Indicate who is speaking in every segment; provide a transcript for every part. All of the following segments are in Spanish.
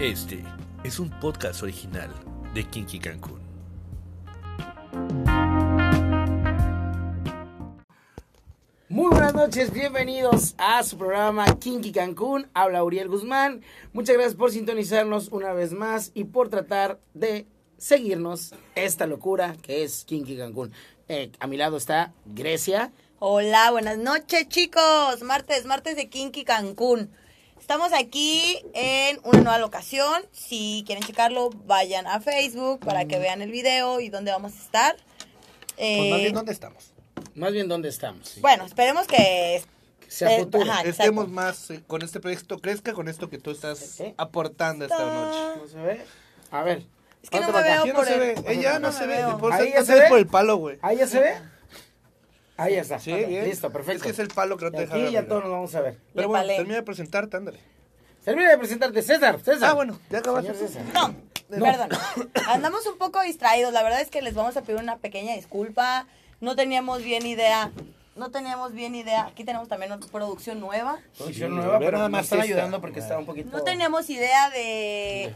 Speaker 1: Este es un podcast original de Kinky Cancún.
Speaker 2: Muy buenas noches, bienvenidos a su programa Kinky Cancún. Habla Uriel Guzmán. Muchas gracias por sintonizarnos una vez más y por tratar de seguirnos esta locura que es Kinky Cancún. Eh, a mi lado está Grecia.
Speaker 3: Hola, buenas noches chicos. Martes, martes de Kinky Cancún. Estamos aquí en una nueva locación. Si quieren checarlo, vayan a Facebook para que vean el video y dónde vamos a estar.
Speaker 4: Pues más
Speaker 3: Eh,
Speaker 4: bien, ¿dónde estamos?
Speaker 2: Más bien, ¿dónde estamos?
Speaker 3: bueno, esperemos que...
Speaker 2: Que sea
Speaker 3: eh,
Speaker 2: futuro.
Speaker 3: ajá, exacto.
Speaker 4: Estemos más eh, con este proyecto, crezca con esto que tú estás
Speaker 2: ¿Qué?
Speaker 4: aportando esta noche.
Speaker 2: ¿Cómo se ve? A ver.
Speaker 3: Es que no
Speaker 2: pásate
Speaker 3: me
Speaker 2: para
Speaker 3: veo.
Speaker 2: acá.
Speaker 4: Ella no
Speaker 3: por el-
Speaker 4: se ve, ella no,
Speaker 3: no
Speaker 4: se
Speaker 3: me
Speaker 4: ve,
Speaker 3: veo.
Speaker 4: por,
Speaker 2: Ahí ya
Speaker 4: no
Speaker 2: se
Speaker 4: se ve
Speaker 2: ve.
Speaker 4: por el palo, güey.
Speaker 2: ¿Ahí ya se ve? Ahí ya está.
Speaker 4: Sí,
Speaker 2: Ok,
Speaker 4: bien.
Speaker 2: Listo, perfecto.
Speaker 4: Es que es el palo que no
Speaker 2: Y
Speaker 4: te deja
Speaker 2: aquí
Speaker 4: ver,
Speaker 2: ya
Speaker 4: mira.
Speaker 2: todos nos vamos a ver.
Speaker 4: Pero
Speaker 3: Le
Speaker 4: bueno,
Speaker 3: palé.
Speaker 4: termina de presentarte, ándale.
Speaker 2: Termina de presentarte, César. César.
Speaker 4: Ah, bueno, ya acabaste.
Speaker 2: Señor César.
Speaker 3: No, perdón. Andamos un poco distraídos. La verdad es que les vamos a pedir una pequeña disculpa. No teníamos bien idea. No teníamos bien idea. Aquí tenemos también una producción nueva.
Speaker 2: Producción
Speaker 4: Sí,
Speaker 2: nueva,
Speaker 4: veo
Speaker 2: pero
Speaker 4: nada
Speaker 2: nos
Speaker 4: más
Speaker 2: están
Speaker 4: esta.
Speaker 2: ayudando porque está un poquito.
Speaker 4: Oh.
Speaker 3: No teníamos idea de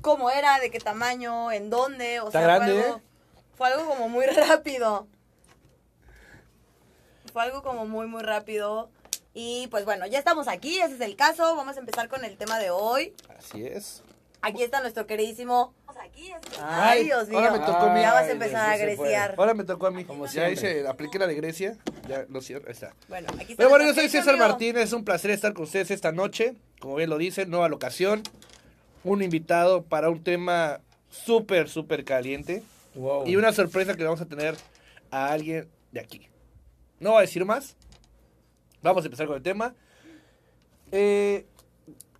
Speaker 3: cómo era, de qué tamaño, en dónde. O
Speaker 4: Está
Speaker 3: sea,
Speaker 4: grande, ¿eh?
Speaker 3: fue, algo, fue algo como muy rápido. Fue algo como muy, muy rápido. Y pues bueno, ya estamos aquí, ese es el caso. Vamos a empezar con el tema de hoy.
Speaker 4: Así es.
Speaker 3: Aquí está nuestro queridísimo.
Speaker 2: Ay,
Speaker 3: Ay, Dios mío.
Speaker 4: ahora me tocó mi-
Speaker 3: ya vas
Speaker 2: Ay,
Speaker 3: a empezar a
Speaker 2: Dios, sí se puede.
Speaker 3: greciar.
Speaker 4: Ahora me tocó a mí.
Speaker 2: Como
Speaker 4: ya
Speaker 2: siempre.
Speaker 4: hice, apliqué la de Grecia. Ya lo cierro, ahí está.
Speaker 3: Bueno, aquí está.
Speaker 4: Pero bueno, yo
Speaker 3: nuestro
Speaker 4: soy
Speaker 3: querido
Speaker 4: César
Speaker 3: amigo.
Speaker 4: Martínez, es un placer estar con ustedes esta noche. Como bien lo dicen, nueva locación. Un invitado para un tema súper, súper caliente.
Speaker 2: Wow.
Speaker 4: Y una sorpresa que vamos a tener a alguien de aquí. No voy a decir más. Vamos a empezar con el tema. Eh,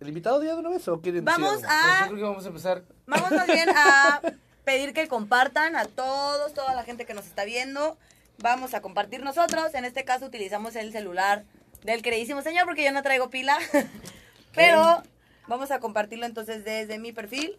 Speaker 4: ¿El invitado ya de una vez o quieren decir
Speaker 3: Vamos
Speaker 4: algo?
Speaker 2: Pues yo
Speaker 3: a
Speaker 2: creo que vamos a empezar.
Speaker 3: Vamos más bien a pedir que compartan a todos, toda la gente que nos está viendo. Vamos a compartir nosotros. En este caso utilizamos el celular del queridísimo señor porque yo no traigo pila. Pero vamos a compartirlo entonces desde mi perfil.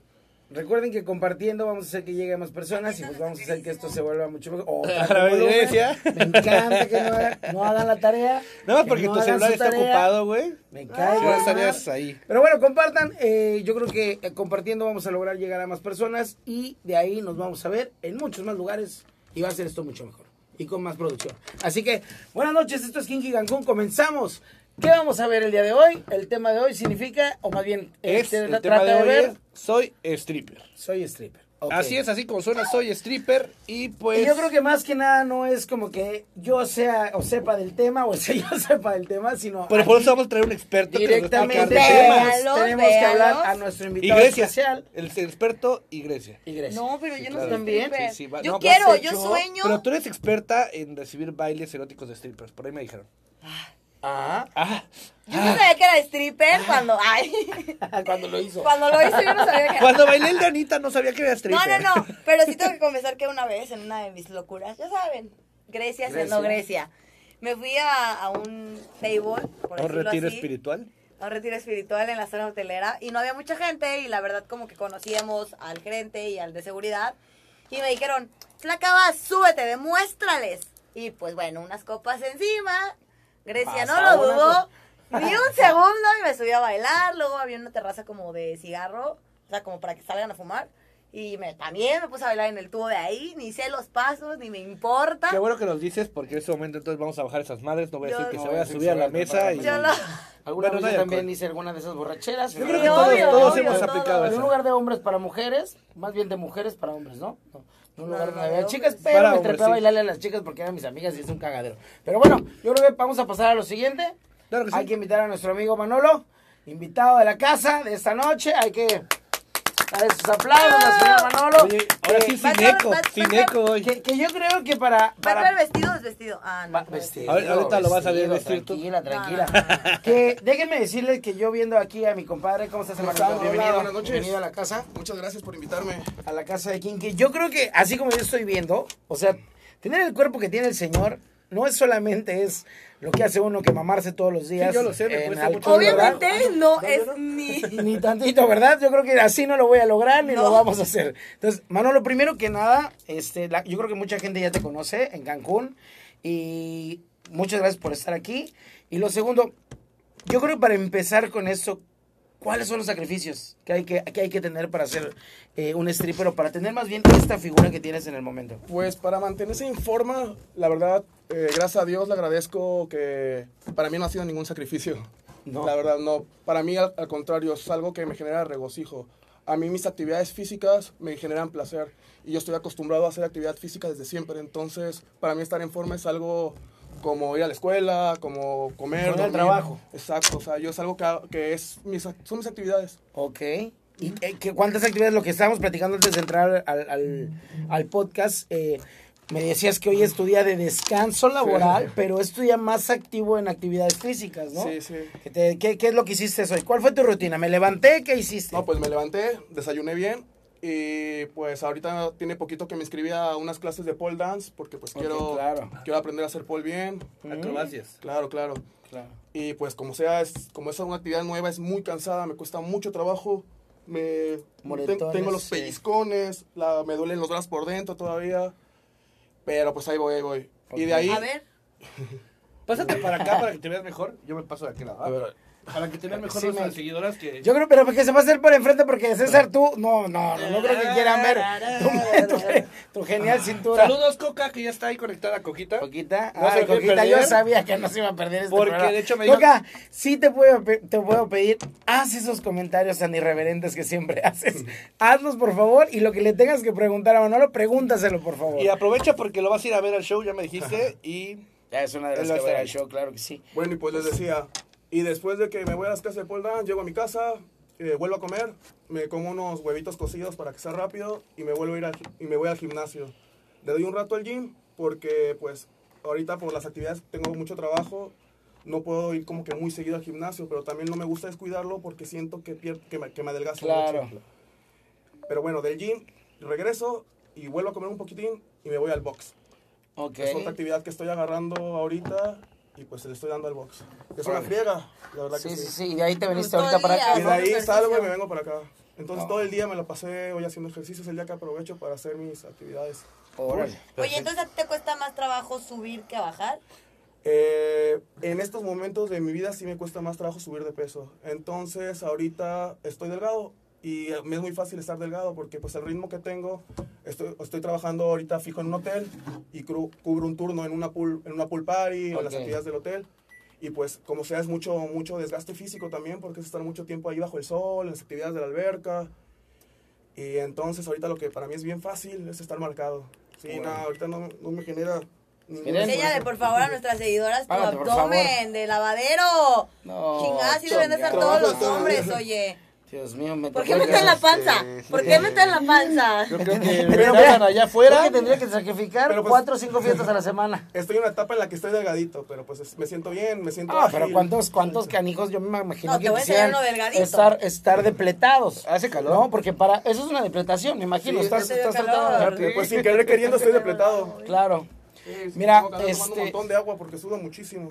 Speaker 2: Recuerden que compartiendo vamos a hacer que llegue a más personas y pues vamos a hacer que esto se vuelva mucho mejor. Otra
Speaker 4: Otra vez,
Speaker 2: volumen.
Speaker 4: Grecia.
Speaker 2: Me encanta que no hagan, no hagan la tarea.
Speaker 4: Nada más
Speaker 2: que
Speaker 4: porque
Speaker 2: no
Speaker 4: tu
Speaker 2: hagan
Speaker 4: celular
Speaker 2: su
Speaker 4: está
Speaker 2: tarea.
Speaker 4: ocupado, güey.
Speaker 2: Me cae.
Speaker 4: Si no estarías ahí.
Speaker 2: Pero bueno, compartan. eh, yo creo que eh, compartiendo vamos a lograr llegar a más personas y de ahí nos vamos a ver en muchos más lugares y va a ser esto mucho mejor y con más producción. Así que buenas noches, esto es Kinky Cancún, comenzamos. ¿Qué vamos a ver el día de hoy? El tema de hoy significa, o más bien,
Speaker 4: Es
Speaker 2: este,
Speaker 4: el tema
Speaker 2: trata
Speaker 4: de hoy.
Speaker 2: ver,
Speaker 4: es Soy stripper.
Speaker 2: soy stripper. Ok.
Speaker 4: Así es, así como suena, soy stripper. Y pues.
Speaker 2: Y yo creo que más que nada no es como que yo sea o sepa del tema o sea yo sepa del tema, sino
Speaker 4: Pero por eso vamos a traer un experto. que nos va a
Speaker 2: directamente
Speaker 4: explicar del tema.
Speaker 3: Véanlo,
Speaker 2: tenemos, tenemos que hablar a
Speaker 3: véanlos.
Speaker 2: nuestro
Speaker 4: Y
Speaker 2: invitado
Speaker 4: Grecia.
Speaker 2: especial.
Speaker 4: El experto y Grecia.
Speaker 2: Y Grecia.
Speaker 3: No, pero yo no
Speaker 4: claro.
Speaker 3: soy
Speaker 2: También.
Speaker 3: stripper.
Speaker 4: Sí, sí, va-
Speaker 3: yo
Speaker 4: no, pero
Speaker 3: quiero,
Speaker 4: has
Speaker 3: yo
Speaker 4: hecho-
Speaker 3: sueño.
Speaker 4: Pero tú eres experta en recibir bailes eróticos de strippers. Por ahí me dijeron.
Speaker 2: Ah,
Speaker 4: Ah,
Speaker 3: Yo no sabía que era stripper cuando. Ay,
Speaker 2: cuando lo hizo.
Speaker 3: cuando lo hice yo no sabía que era.
Speaker 4: cuando bailé el de Anita no sabía que era
Speaker 3: No,
Speaker 4: stripper.
Speaker 3: no, no. Pero sí tengo que confesar que una vez, en una de mis locuras, ya saben, Grecia siendo Grecia, me fui a, a un table, por decirlo
Speaker 4: Un retiro
Speaker 3: así,
Speaker 4: espiritual.
Speaker 3: a un retiro espiritual en la zona hotelera y no había mucha gente y la verdad como que conocíamos al gerente y al de seguridad y me dijeron, Tlacaba, súbete, demuéstrales. Y pues bueno, unas copas encima, Grecia
Speaker 2: Pasa
Speaker 3: no lo
Speaker 2: una
Speaker 3: dudó
Speaker 2: co-
Speaker 3: ni un segundo y me subí a bailar, luego había una terraza como de cigarro, o sea, como para que salgan a fumar. Y me, también me puse a bailar en el tubo de ahí, ni sé los pasos, ni me importa.
Speaker 4: Qué bueno que nos dices, porque en ese momento entonces vamos a bajar esas madres. No voy a
Speaker 3: Yo-
Speaker 4: decir que
Speaker 3: No
Speaker 4: se
Speaker 2: voy
Speaker 4: vaya
Speaker 2: a
Speaker 4: a
Speaker 2: decir
Speaker 4: subir a
Speaker 2: que
Speaker 4: la
Speaker 2: se vaya a
Speaker 4: mesa.
Speaker 2: preparar
Speaker 4: Y...
Speaker 3: Yo
Speaker 2: mañana.
Speaker 3: lo...
Speaker 2: Alguna vez
Speaker 4: Bueno, no
Speaker 2: yo
Speaker 4: hay
Speaker 2: también
Speaker 4: alcohol.
Speaker 2: hice alguna de esas borracheras.
Speaker 4: Yo creo
Speaker 3: Sí,
Speaker 4: que todos,
Speaker 3: obvio,
Speaker 4: todos
Speaker 3: obvio,
Speaker 4: hemos
Speaker 3: todo.
Speaker 4: aplicado
Speaker 2: En un
Speaker 4: eso.
Speaker 2: lugar de hombres para mujeres, más bien de mujeres para hombres, ¿no? No, en un lugar
Speaker 3: No, no,
Speaker 2: de
Speaker 3: de hombres.
Speaker 2: chicas, pero
Speaker 4: Para
Speaker 2: me
Speaker 4: hombres,
Speaker 2: trepé a
Speaker 4: sí.
Speaker 2: bailarle a las chicas porque eran mis amigas y es un cagadero. Pero bueno, yo creo que vamos a pasar a lo siguiente.
Speaker 4: Claro que sí.
Speaker 2: Hay que invitar a nuestro amigo Manolo, invitado de la casa de esta noche. Hay que darle sus aplausos
Speaker 3: ¡Ah!
Speaker 2: al señor Manolo.
Speaker 4: Oye, ahora sí,
Speaker 3: va a
Speaker 4: sin
Speaker 3: entrar-
Speaker 4: eco,
Speaker 3: va- va a
Speaker 4: sin
Speaker 3: entrar-
Speaker 4: eco hoy.
Speaker 2: que, que yo creo que para...
Speaker 3: ¿Va a
Speaker 2: para
Speaker 3: entrar vestido o desvestido? Ah, no.
Speaker 2: Va-
Speaker 3: no,
Speaker 2: vestido,
Speaker 4: Ahor- ahorita lo vas a ver
Speaker 2: vestido,
Speaker 4: vestir tú.
Speaker 2: Tranquila, tranquila. que déjenme decirles que yo viendo aquí a mi compadre, ¿cómo estás, hermanito?
Speaker 5: Hola,
Speaker 2: Bienvenido.
Speaker 5: buenas noches.
Speaker 2: Bienvenido a la casa,
Speaker 5: Muchas gracias por invitarme.
Speaker 2: a la casa de Kinky. Yo creo que, así como yo estoy viendo, o sea, tener el cuerpo que tiene el señor no es solamente es lo que hace uno que mamarse todos los días.
Speaker 4: Sí, yo lo sé, me
Speaker 2: en
Speaker 4: cuesta mucho
Speaker 2: alcohol, ¿verdad?
Speaker 3: Obviamente no es ni...
Speaker 2: Ni tantito, ¿verdad? Yo creo que así no lo voy a lograr ni lo
Speaker 3: No.
Speaker 2: vamos a hacer. Entonces, Manolo, primero que nada, este, la- yo creo que mucha gente ya te conoce en Cancún y muchas gracias por estar aquí. Y lo segundo, yo creo que para empezar con esto, ¿Cuáles son los sacrificios que hay que, que hay que tener para ser eh, un stripper o para tener más bien esta figura que tienes en el momento?
Speaker 5: Pues para mantenerse en forma, la verdad, eh, gracias a Dios le agradezco que para mí no ha sido ningún sacrificio.
Speaker 2: No.
Speaker 5: La verdad, no. Para mí, al, al contrario, es algo que me genera regocijo. A mí mis actividades físicas me generan placer y yo estoy acostumbrado a hacer actividad física desde siempre. Entonces, para mí estar en forma es algo como ir a la escuela, como comer,
Speaker 2: Como ir al
Speaker 5: dormir.
Speaker 2: trabajo.
Speaker 5: Exacto, o sea, yo es algo que, ha- que es mis, ac- son mis actividades.
Speaker 2: Ok. ¿Y eh, qué- cuántas actividades? Lo que estábamos platicando antes de entrar al, al- al podcast, eh, me decías que hoy es tu día de descanso laboral, pero es tu día más activo en actividades físicas, ¿no?
Speaker 5: Sí, sí.
Speaker 2: ¿Qué, te- qué- qué es lo que hiciste hoy? ¿Cuál fue tu rutina? ¿Me levanté? ¿Qué hiciste?
Speaker 5: No, pues me levanté, desayuné bien y pues ahorita tiene poquito que me inscribí a unas clases de pole dance porque pues
Speaker 2: Ok,
Speaker 5: quiero,
Speaker 2: claro.
Speaker 5: quiero aprender a hacer pole bien.
Speaker 4: Acrobacias.
Speaker 5: Claro, claro. Y pues como sea, es, como es una actividad nueva, es muy cansada, me cuesta mucho trabajo. Me,
Speaker 2: Moretones,
Speaker 5: ten- tengo los
Speaker 2: sí.
Speaker 5: pellizcones, la, me duelen los brazos por dentro todavía. Pero pues ahí voy, ahí voy. Y de ahí...
Speaker 3: A ver,
Speaker 4: Pásate para acá para que te veas mejor. Yo me paso de aquel lado. Ah,
Speaker 5: A ver,
Speaker 4: Para que te vean mejor
Speaker 2: Sí,
Speaker 4: nuestras
Speaker 2: me-
Speaker 4: seguidoras que.
Speaker 2: Yo creo, pero que se va a hacer por enfrente porque César, tú, no, no, no, no creo que quieran ver tu, tu- tu genial cintura.
Speaker 4: Saludos, Coca, que ya está ahí conectada, Coquita.
Speaker 2: Coquita,
Speaker 4: No se
Speaker 2: ay,
Speaker 4: lo quiere
Speaker 2: Coquita,
Speaker 4: perder.
Speaker 2: yo sabía que no se iba a perder este
Speaker 4: Porque,
Speaker 2: programa.
Speaker 4: de hecho, me dijo-
Speaker 2: Coca, sí te puedo, pe- te puedo pedir, haz esos comentarios tan irreverentes que siempre haces. Hazlos, por favor, y lo que le tengas que preguntar a Manolo, pregúntaselo, por favor.
Speaker 4: Y aprovecha porque lo vas a ir a ver al show, ya me dijiste. Y.
Speaker 2: Ya es una de las
Speaker 4: Él lo
Speaker 2: que va a ir
Speaker 4: sabe.
Speaker 2: al show, claro que sí.
Speaker 5: Bueno, y pues les decía, y después de que me voy a las casas de pole dance, llego a mi casa, eh, vuelvo a comer, me como unos huevitos cocidos para que sea rápido y me vuelvo a ir al, gi- y me voy al gimnasio. Le doy un rato al gym porque pues ahorita por las actividades tengo mucho trabajo, no puedo ir como que muy seguido al gimnasio, pero también no me gusta descuidarlo porque siento que, pier- que, me, que me adelgazo
Speaker 2: Claro.
Speaker 5: mucho. Pero bueno, del gym regreso y vuelvo a comer un poquitín y me voy al box.
Speaker 2: Ok.
Speaker 5: Es otra actividad que estoy agarrando ahorita y pues le estoy dando al box. Es una
Speaker 2: Órale.
Speaker 5: friega, la verdad
Speaker 2: Sí,
Speaker 5: que sí.
Speaker 2: sí, sí, y de ahí te viniste
Speaker 3: Todo
Speaker 2: ahorita
Speaker 3: Ah, el
Speaker 2: para
Speaker 3: día,
Speaker 2: acá.
Speaker 5: Y de
Speaker 3: Haciendo
Speaker 5: ahí
Speaker 3: ejercicio.
Speaker 5: salgo y me vengo para acá. Entonces
Speaker 2: No.
Speaker 5: todo el día me lo pasé hoy haciendo ejercicio, es el día que aprovecho para hacer mis actividades.
Speaker 2: Órale.
Speaker 3: oye, entonces a ti te cuesta más trabajo subir que bajar.
Speaker 5: Eh, en estos momentos de mi vida sí me cuesta más trabajo subir de peso. Entonces ahorita estoy delgado y me es muy fácil estar delgado porque pues el ritmo que tengo, estoy, estoy trabajando ahorita fijo en un hotel y cru- cubro un turno en una pool, en una pool party o en las
Speaker 2: Ok.
Speaker 5: actividades del hotel. Y pues como sea es mucho, mucho desgaste físico también porque es estar mucho tiempo ahí bajo el sol, en las actividades de la alberca. Y entonces ahorita lo que para mí es bien fácil es estar marcado. Sí, no, ahorita no, no me genera... ningún
Speaker 2: Miren.
Speaker 3: Enséñale, por favor, a nuestras seguidoras tu
Speaker 2: Págate, por
Speaker 3: abdomen de lavadero.
Speaker 2: No,
Speaker 3: Chingada, así deben de estar todos los hombres, oye.
Speaker 2: Dios mío, me
Speaker 3: ¿Por qué
Speaker 2: tocó
Speaker 3: meten
Speaker 2: ya.
Speaker 3: la panza? ¿Por qué meten la panza?
Speaker 4: Yo creo que
Speaker 2: Pero
Speaker 4: me
Speaker 2: mira,
Speaker 4: tratan allá
Speaker 2: creo
Speaker 4: afuera.
Speaker 2: que tendría que sacrificar
Speaker 5: Pero pues-
Speaker 2: cuatro o cinco fiestas a la semana.
Speaker 5: Estoy en una etapa en la que estoy delgadito, pero pues es- me siento bien, me siento
Speaker 2: Ah,
Speaker 5: ágil.
Speaker 2: pero ¿cuántos, cuántos canijos yo me imagino
Speaker 3: No,
Speaker 2: que
Speaker 3: te voy a enseñar
Speaker 2: quisieran
Speaker 3: uno delgadito.
Speaker 2: estar, estar depletados?
Speaker 4: Hace calor.
Speaker 2: No, porque para eso es una depletación, me imagino.
Speaker 5: Sí,
Speaker 2: estás
Speaker 3: ya te dio
Speaker 2: estás
Speaker 3: calor.
Speaker 2: tratando de...
Speaker 5: Pues, Pues sin querer queriendo estoy depletado.
Speaker 2: Claro.
Speaker 5: Sí, sí,
Speaker 2: Mira,
Speaker 5: tengo que andar tomando
Speaker 2: este-
Speaker 5: un montón de agua porque sudo muchísimo.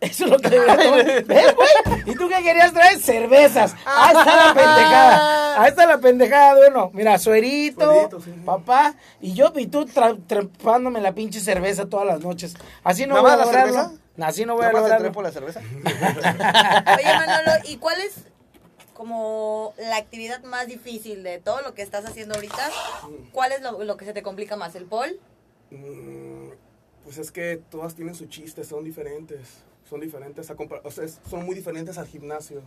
Speaker 2: Eso es lo que debería tomar. ¿Ves, güey? ¿Y tú qué querías traer? Cervezas. Ahí está la pendejada. Ahí está la pendejada, bueno. Mira, suerito,
Speaker 5: Suerito, sí.
Speaker 2: papá. Y yo, y tú tra- trepándome la pinche cerveza todas las noches. Así no
Speaker 4: ¿Nada
Speaker 2: voy a
Speaker 4: más la
Speaker 2: lograrlo.
Speaker 4: cerveza?
Speaker 2: Así no voy a
Speaker 4: ¿No vas a entrar
Speaker 2: lograrlo.
Speaker 4: por la cerveza?
Speaker 3: Oye, Manolo, ¿y cuál es como la actividad más difícil de todo lo que estás haciendo ahorita? ¿Cuál es lo, lo que se te complica más? ¿El pol?
Speaker 5: Mm, Pues es que todas tienen su chiste, son diferentes. Son diferentes, a compar- o sea, es- son muy diferentes al gimnasio.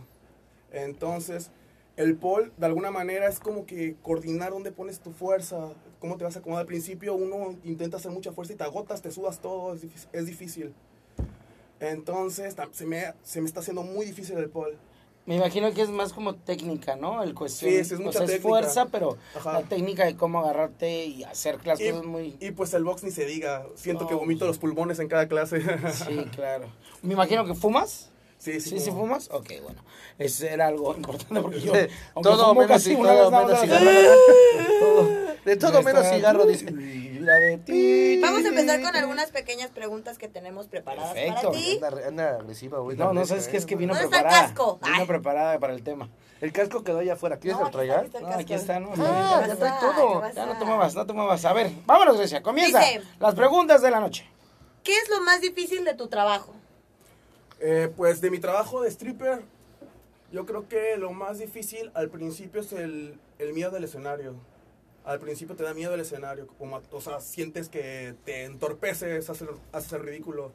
Speaker 5: Entonces, el pole de alguna manera es como que coordinar dónde pones tu fuerza, cómo te vas a acomodar. Al principio uno intenta hacer mucha fuerza y te agotas, te sudas todo, es difícil. es difícil. Entonces, tam- se me, se me está haciendo muy difícil el pole.
Speaker 2: Me imagino que es más como técnica, ¿no? El cuestión.
Speaker 5: Sí, sí, es
Speaker 2: o
Speaker 5: mucha
Speaker 2: sea, es
Speaker 5: técnica.
Speaker 2: fuerza, pero
Speaker 5: Ajá.
Speaker 2: la técnica de cómo agarrarte y hacer las
Speaker 5: Y,
Speaker 2: cosas muy.
Speaker 5: y pues el box ni se diga. Siento que
Speaker 2: No, pues,
Speaker 5: vomito los pulmones en cada clase.
Speaker 2: Sí, claro. Me imagino que fumas.
Speaker 5: sí,
Speaker 2: Sí, sí
Speaker 5: como-
Speaker 2: fumas. Ok, bueno. Eso era algo importante porque yo.
Speaker 4: De
Speaker 2: aunque
Speaker 4: todo
Speaker 2: fumo
Speaker 4: menos
Speaker 2: casi
Speaker 4: ci-
Speaker 2: una
Speaker 4: todo
Speaker 2: vez nada
Speaker 4: menos
Speaker 2: más a la
Speaker 4: cigarro.
Speaker 2: semana.
Speaker 4: De todo menos
Speaker 2: Está-
Speaker 4: cigarro, dice.
Speaker 2: Y la de ti.
Speaker 3: Vamos a empezar con algunas pequeñas preguntas que tenemos preparadas
Speaker 2: Perfecto.
Speaker 3: para ti.
Speaker 4: Anda, anda agresiva, güey.
Speaker 2: No, no
Speaker 4: también,
Speaker 2: sabes
Speaker 4: ¿eh?
Speaker 2: qué es que vino
Speaker 3: ¿Dónde está el
Speaker 2: preparada.
Speaker 3: casco?
Speaker 2: Vino
Speaker 3: Ay.
Speaker 2: preparada para el tema.
Speaker 4: El casco quedó allá afuera. ¿Quieres
Speaker 3: No,
Speaker 4: que lo traiga?
Speaker 3: aquí está,
Speaker 2: No,
Speaker 3: casco.
Speaker 2: aquí está, ¿no?
Speaker 3: Ah,
Speaker 2: ya
Speaker 3: ¿qué
Speaker 2: trae
Speaker 3: pasa?
Speaker 2: todo.
Speaker 3: ¿Qué
Speaker 2: Ya no
Speaker 3: pasa?
Speaker 2: tomabas, no tomabas. A ver, vámonos, Grecia. Comienza.
Speaker 3: Dice-
Speaker 2: Las preguntas de la noche.
Speaker 3: ¿Qué es lo más difícil de tu trabajo?
Speaker 5: Eh, pues de mi trabajo de stripper, Yo creo que lo más difícil al principio es el, el miedo del escenario. Al principio te da miedo el escenario, como, o sea, sientes que te entorpeces, haces, haces el ridículo.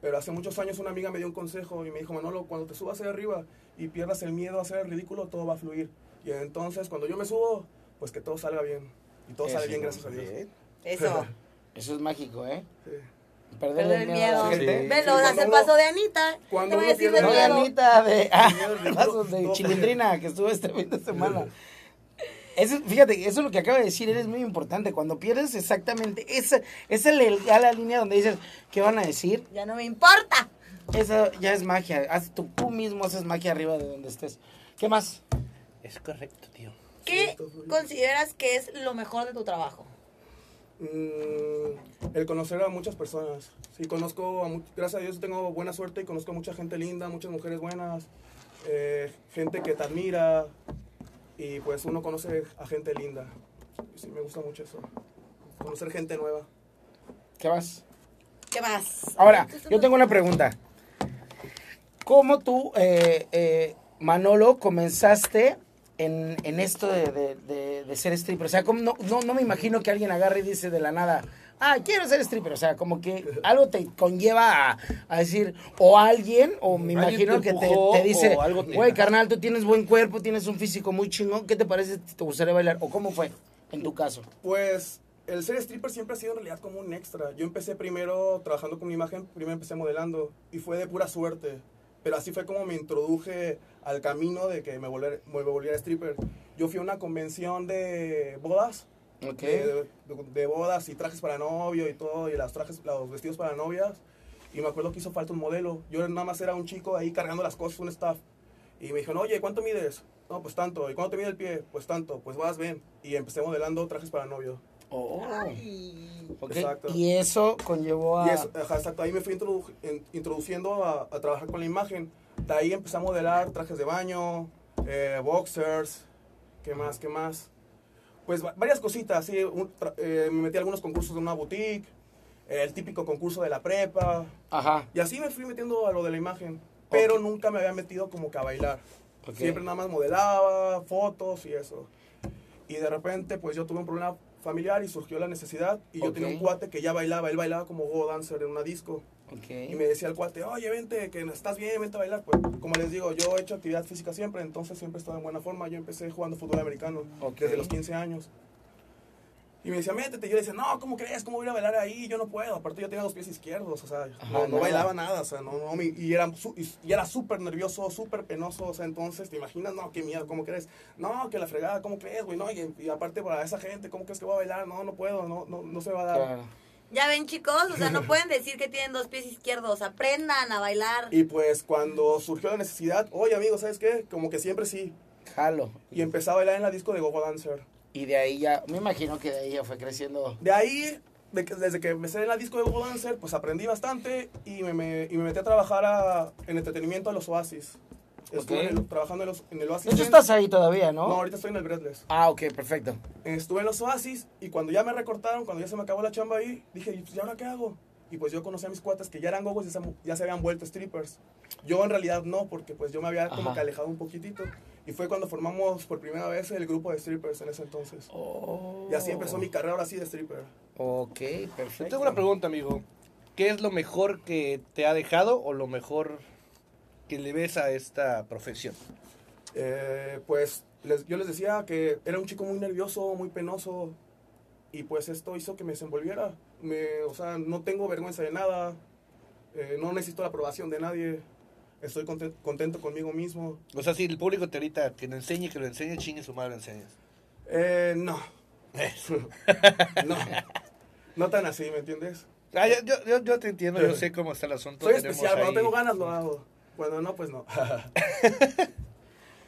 Speaker 5: Pero hace muchos años una amiga me dio un consejo y me dijo, Manolo, cuando te subas allá arriba y pierdas el miedo a hacer el ridículo, todo va a fluir. Y entonces, cuando yo me subo, pues que todo salga bien. Y todo sale bien, gracias a Dios.
Speaker 3: Eso.
Speaker 2: Eso es mágico, ¿eh?
Speaker 5: Sí.
Speaker 2: Perder,
Speaker 3: Perder el miedo.
Speaker 5: Sí.
Speaker 3: Velo,
Speaker 5: Sí,
Speaker 3: haz
Speaker 5: cuando
Speaker 3: el
Speaker 5: uno-
Speaker 3: paso de Anita. Te
Speaker 5: cuando
Speaker 3: voy a
Speaker 5: uno
Speaker 3: decir de
Speaker 5: pierde
Speaker 2: No, la
Speaker 5: el miedo.
Speaker 3: miedo.
Speaker 2: neta de, ah,
Speaker 5: Miedo del
Speaker 2: vasos de
Speaker 5: ridículo.
Speaker 2: chilindrina que estuve este fin de semana. Eso, fíjate, eso es lo que acaba de decir, eres muy importante. Cuando pierdes exactamente, esa, esa a la línea donde dices, ¿qué van a decir?
Speaker 3: Ya no me importa.
Speaker 2: Esa ya es magia. Haz, tú, tú mismo haces magia arriba de donde estés. ¿Qué más?
Speaker 4: Es correcto, tío.
Speaker 3: ¿Qué consideras que es lo mejor de tu trabajo?
Speaker 5: Mm, el conocer a muchas personas. Sí, conozco, a mu- gracias a Dios tengo buena suerte y conozco a mucha gente linda, muchas mujeres buenas, eh, gente que te admira y pues uno conoce a gente linda. Sí, me gusta mucho eso. Conocer gente nueva.
Speaker 2: ¿Qué más?
Speaker 3: ¿Qué más?
Speaker 2: Ahora, yo tengo una pregunta. ¿Cómo tú, eh, eh, Manolo, comenzaste en, en esto de, de- de- de ser stripper? O sea, ¿cómo no, no, no me imagino que alguien agarre y dice de la nada, ah, quiero ser stripper. O sea, como que algo te conlleva a, a decir, o alguien, o me
Speaker 4: Alguien
Speaker 2: imagino
Speaker 4: te
Speaker 2: que te,
Speaker 4: empujó,
Speaker 2: te dice,
Speaker 4: o algo te-
Speaker 2: güey, carnal, tú tienes buen cuerpo, tienes un físico muy chingón, ¿qué te parece si te gustaría bailar? ¿O cómo fue en tu caso?
Speaker 5: Pues el ser stripper siempre ha sido en realidad como un extra. Yo empecé primero trabajando con mi imagen, primero empecé modelando y fue de pura suerte. Pero así fue como me introduje al camino de que me volver- me volviera stripper. Yo fui a una convención de bodas
Speaker 2: Ok.
Speaker 4: Eh,
Speaker 5: de, de- de bodas y trajes para novio y todo, y las trajes, los vestidos para novias. Y me acuerdo que hizo falta un modelo. Yo nada más era un chico ahí cargando las cosas, un staff. Y me dijeron, oye, ¿cuánto mides? No, pues tanto. ¿Y cuánto te mide el pie? Pues tanto. Pues vas, ven. Y empecé modelando trajes para novio.
Speaker 2: Oh. Ok,
Speaker 5: Exacto.
Speaker 2: Y eso ah. conllevó a...
Speaker 5: Y eso, ajá, exacto, ahí me fui introdu- en- introduciendo a, a trabajar con la imagen. De ahí empecé a modelar trajes de baño, eh, boxers, ¿qué más, qué más? Pues va- varias cositas, sí. un tra- eh, me metí a algunos concursos de una boutique, eh, el típico concurso de la prepa.
Speaker 2: Ajá.
Speaker 5: Y así me fui metiendo a lo de la imagen. Pero
Speaker 2: Ok.
Speaker 5: nunca me había metido como que a bailar.
Speaker 2: Ok.
Speaker 5: Siempre nada más modelaba, fotos y eso. Y de repente, pues yo tuve un problema familiar y surgió la necesidad. Y yo tenía un
Speaker 2: Ok.
Speaker 5: cuate que ya bailaba. Él bailaba como go dancer en una disco.
Speaker 2: Okay.
Speaker 5: Y me decía el cuate, oye, vente, que no estás bien, vente a bailar. Pues, como les digo, yo he hecho actividad física siempre, entonces siempre he estado en buena forma. Yo empecé jugando fútbol americano
Speaker 2: Ok.
Speaker 5: desde los 15 años. Y me decía, métete. Yo le decía, no, ¿cómo crees? ¿Cómo voy a ir a bailar ahí? Yo no puedo. Aparte, yo tenía los pies izquierdos, o sea, no, no
Speaker 2: nada.
Speaker 5: bailaba nada, o sea, no, no, me- y era su- y, y era súper nervioso, súper penoso, o sea, entonces, ¿te imaginas? No, qué miedo, ¿cómo crees? No, que la fregada, ¿cómo crees, güey? No, y, y aparte para esa gente, ¿cómo crees que voy a bailar? No, no puedo, no, no, no se va a dar.
Speaker 2: Claro.
Speaker 3: Ya ven, chicos, o sea, no pueden decir que tienen dos pies izquierdos. Aprendan a bailar.
Speaker 5: Y pues cuando surgió la necesidad, oye amigo, ¿sabes qué? Como que siempre sí.
Speaker 2: Jalo.
Speaker 5: Y empecé a bailar en la disco de Gogo Dancer.
Speaker 2: Y de ahí ya, me imagino que de ahí ya fue creciendo.
Speaker 5: De ahí, de que- desde que empecé en la disco de Gogo Dancer, pues aprendí bastante y me, me- y me metí a trabajar a- en entretenimiento a los Oasis. Estuve
Speaker 2: Ok.
Speaker 5: en el- trabajando en, los, en el Oasis.
Speaker 2: De hecho,
Speaker 5: en-
Speaker 2: estás ahí todavía,
Speaker 5: No,
Speaker 2: ¿no?
Speaker 5: ahorita estoy en el Breathless.
Speaker 2: Ah, ok, perfecto.
Speaker 5: Estuve en los Oasis y cuando ya me recortaron, cuando ya se me acabó la chamba ahí, dije, ¿y pues, ¿y ahora qué hago? Y pues yo conocí a mis cuates que ya eran gogos y se- ya se habían vuelto strippers. Yo en realidad no, porque pues yo me había como
Speaker 2: Ajá.
Speaker 5: que alejado un poquitito. Y fue cuando formamos por primera vez el grupo de strippers en ese entonces. Y así empezó mi carrera ahora sí de stripper.
Speaker 2: Ok, perfecto.
Speaker 4: Yo tengo una pregunta, amigo. ¿Qué es lo mejor que te ha dejado o lo mejor que le ves a esta profesión?
Speaker 5: Eh, pues les- yo les decía que era un chico muy nervioso, muy penoso. Y pues esto hizo que me desenvolviera. Me, o sea, no tengo vergüenza de nada. eh, no necesito la aprobación de nadie. Estoy conten- contento conmigo mismo.
Speaker 4: O sea, si el público te ahorita que lo enseñe, que lo enseñe, chingue su madre, lo enseñes.
Speaker 5: Eh, no. no. No tan así, ¿me entiendes?
Speaker 4: Ah, yo, yo- yo- yo te entiendo, yo sé cómo está el asunto.
Speaker 5: Soy
Speaker 4: tenemos
Speaker 5: especial. Cuando
Speaker 4: ahí-
Speaker 5: tengo ganas lo hago. Cuando no, pues no.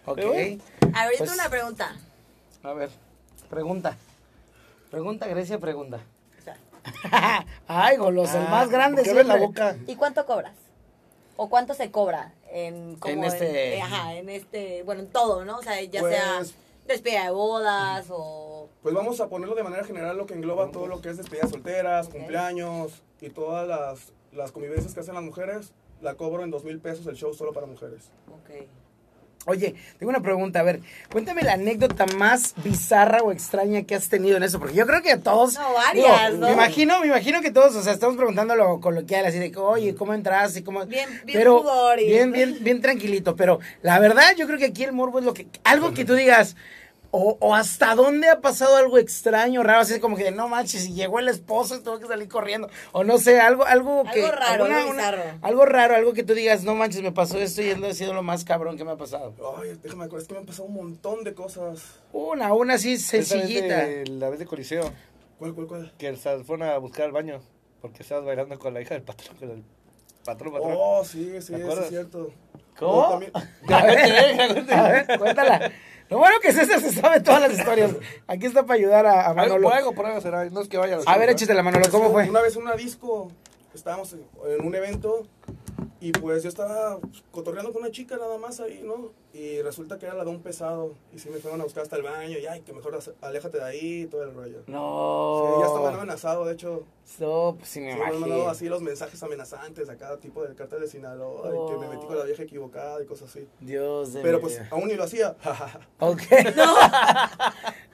Speaker 2: Ok.
Speaker 3: Ahorita
Speaker 2: Pues-
Speaker 3: una pregunta.
Speaker 2: A ver, pregunta. Pregunta, Grecia, pregunta. Ah,
Speaker 3: O sea,
Speaker 2: Ay,
Speaker 3: Pues
Speaker 2: golosa, el más grande.
Speaker 4: ¿por qué abres la
Speaker 2: siempre.
Speaker 4: boca?
Speaker 3: ¿Y cuánto cobras? ¿O cuánto se cobra en, como
Speaker 2: En este-
Speaker 3: en- ajá, en este, bueno, en todo, ¿no? O sea, ya
Speaker 5: Pues-
Speaker 3: sea despedida de bodas o
Speaker 5: Pues vamos a ponerlo de manera general, lo que engloba todo lo que es despedidas solteras, cumpleaños y todas las, las convivencias que hacen las mujeres. La cobro en dos mil pesos el show solo para mujeres.
Speaker 3: Ok.
Speaker 2: Oye, tengo una pregunta, a ver, cuéntame la anécdota más bizarra o extraña que has tenido en eso, porque yo creo que todos...
Speaker 3: No, varias, ¿no?
Speaker 2: Me imagino, me imagino que todos, o sea, estamos preguntando lo coloquial, así de que, oye, ¿cómo entraste? ¿Cómo?
Speaker 3: Bien- bien
Speaker 2: pero,
Speaker 3: pudor y-
Speaker 2: Bien, bien, bien tranquilito, pero la verdad yo creo que aquí el morbo es lo que... Algo que tú digas, o, o hasta dónde ha pasado algo extraño, raro, así como que, no manches, y llegó el esposo y tuvo que salir corriendo, o no sé, algo, algo que...
Speaker 3: Algo raro, algo bizarro.
Speaker 2: algo raro, algo que tú digas, no manches, me pasó esto y es lo- ha sido lo más cabrón que me ha pasado.
Speaker 5: Ay, déjame acordar, es que me han pasado un montón de cosas.
Speaker 2: Una, una así sencillita.
Speaker 4: Esa vez de- La vez de Coliseo,
Speaker 5: ¿Cuál, cuál, cuál?
Speaker 4: que se fueron a buscar al baño porque estabas bailando con la hija del patrón, con el patrón, patrón.
Speaker 5: Oh, sí, sí,
Speaker 4: ¿Te
Speaker 5: sí,
Speaker 4: acuerdas?
Speaker 5: es cierto.
Speaker 4: ¿Cómo?
Speaker 5: O también-
Speaker 2: A ver, a ver, cuéntala. Lo bueno que César se sabe todas las historias. Aquí está para ayudar a, a
Speaker 4: Algo,
Speaker 2: Manolo.
Speaker 4: por algo, por algo será, no es que vaya los
Speaker 2: A ver,
Speaker 4: shows, ¿no?
Speaker 2: échate la Manolo, ¿cómo
Speaker 5: Es que
Speaker 2: fue?
Speaker 5: Una vez en una disco, estábamos en en un evento y pues yo estaba cotorreando con una chica nada más ahí, ¿no? Y resulta que era la de un pesado y sí me fueron a buscar hasta el baño y ay, que mejor as- aléjate de ahí y todo el rollo. Sí, ya hasta me han
Speaker 2: No.
Speaker 5: amenazado, de hecho,
Speaker 2: No, pues sí me
Speaker 5: sí, me han mandado
Speaker 2: imagino.
Speaker 5: así los mensajes amenazantes a cada tipo del cartel de Sinaloa y que me metí con la vieja equivocada y cosas así.
Speaker 2: Dios de
Speaker 5: Pero
Speaker 2: mi
Speaker 5: pues
Speaker 2: vida.
Speaker 5: aún ni lo hacía.
Speaker 2: Ok.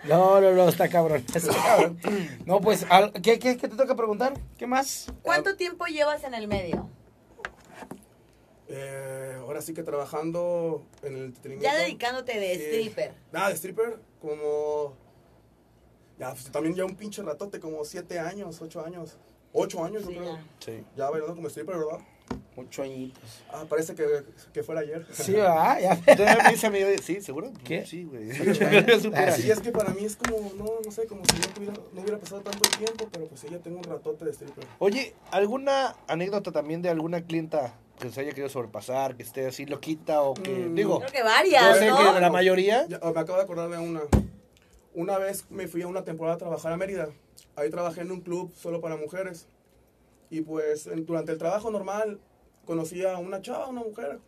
Speaker 2: No, no, no, está cabrón. Está cabrón. No, pues, al- ¿qué, qué, qué te toca preguntar? ¿Qué más?
Speaker 3: ¿Cuánto tiempo llevas en el medio?
Speaker 5: Eh, ahora sí que trabajando en el entretenimiento. Eh,
Speaker 3: Ya dedicándote de stripper.
Speaker 5: Nada, de stripper, como. Ya, pues, también ya un pinche ratote, como 7 años, 8 años. 8 años,
Speaker 3: Sí,
Speaker 5: yo creo.
Speaker 3: ya.
Speaker 4: Sí,
Speaker 5: Ya bailando como stripper, ¿verdad?
Speaker 2: Ocho añitos.
Speaker 5: Ah, parece que, que fuera ayer.
Speaker 2: Sí, ¿verdad? Ya.
Speaker 4: Todavía me dice a mí, oye, ¿sí? ¿Seguro?
Speaker 2: ¿Qué?
Speaker 4: Sí, güey.
Speaker 5: Pero ah,
Speaker 4: Supera.
Speaker 5: sí, es que para mí es como, no, no sé, como si no, tuviera, no hubiera pasado tanto tiempo, pero pues sí, ya tengo un ratote de stripper.
Speaker 4: Oye, ¿alguna anécdota también de alguna clienta que se haya querido sobrepasar, que esté así loquita o que,
Speaker 5: Mm.
Speaker 4: digo,
Speaker 3: Creo que
Speaker 4: yo
Speaker 3: varias,
Speaker 4: sé
Speaker 3: ¿no?
Speaker 4: que de la mayoría,
Speaker 5: Ya, ah, me acabo de acordar de una. Una vez me fui a una temporada a trabajar a Mérida. Ahí trabajé en un club solo para mujeres. Y pues en- durante el trabajo normal conocí a una chava, una mujer,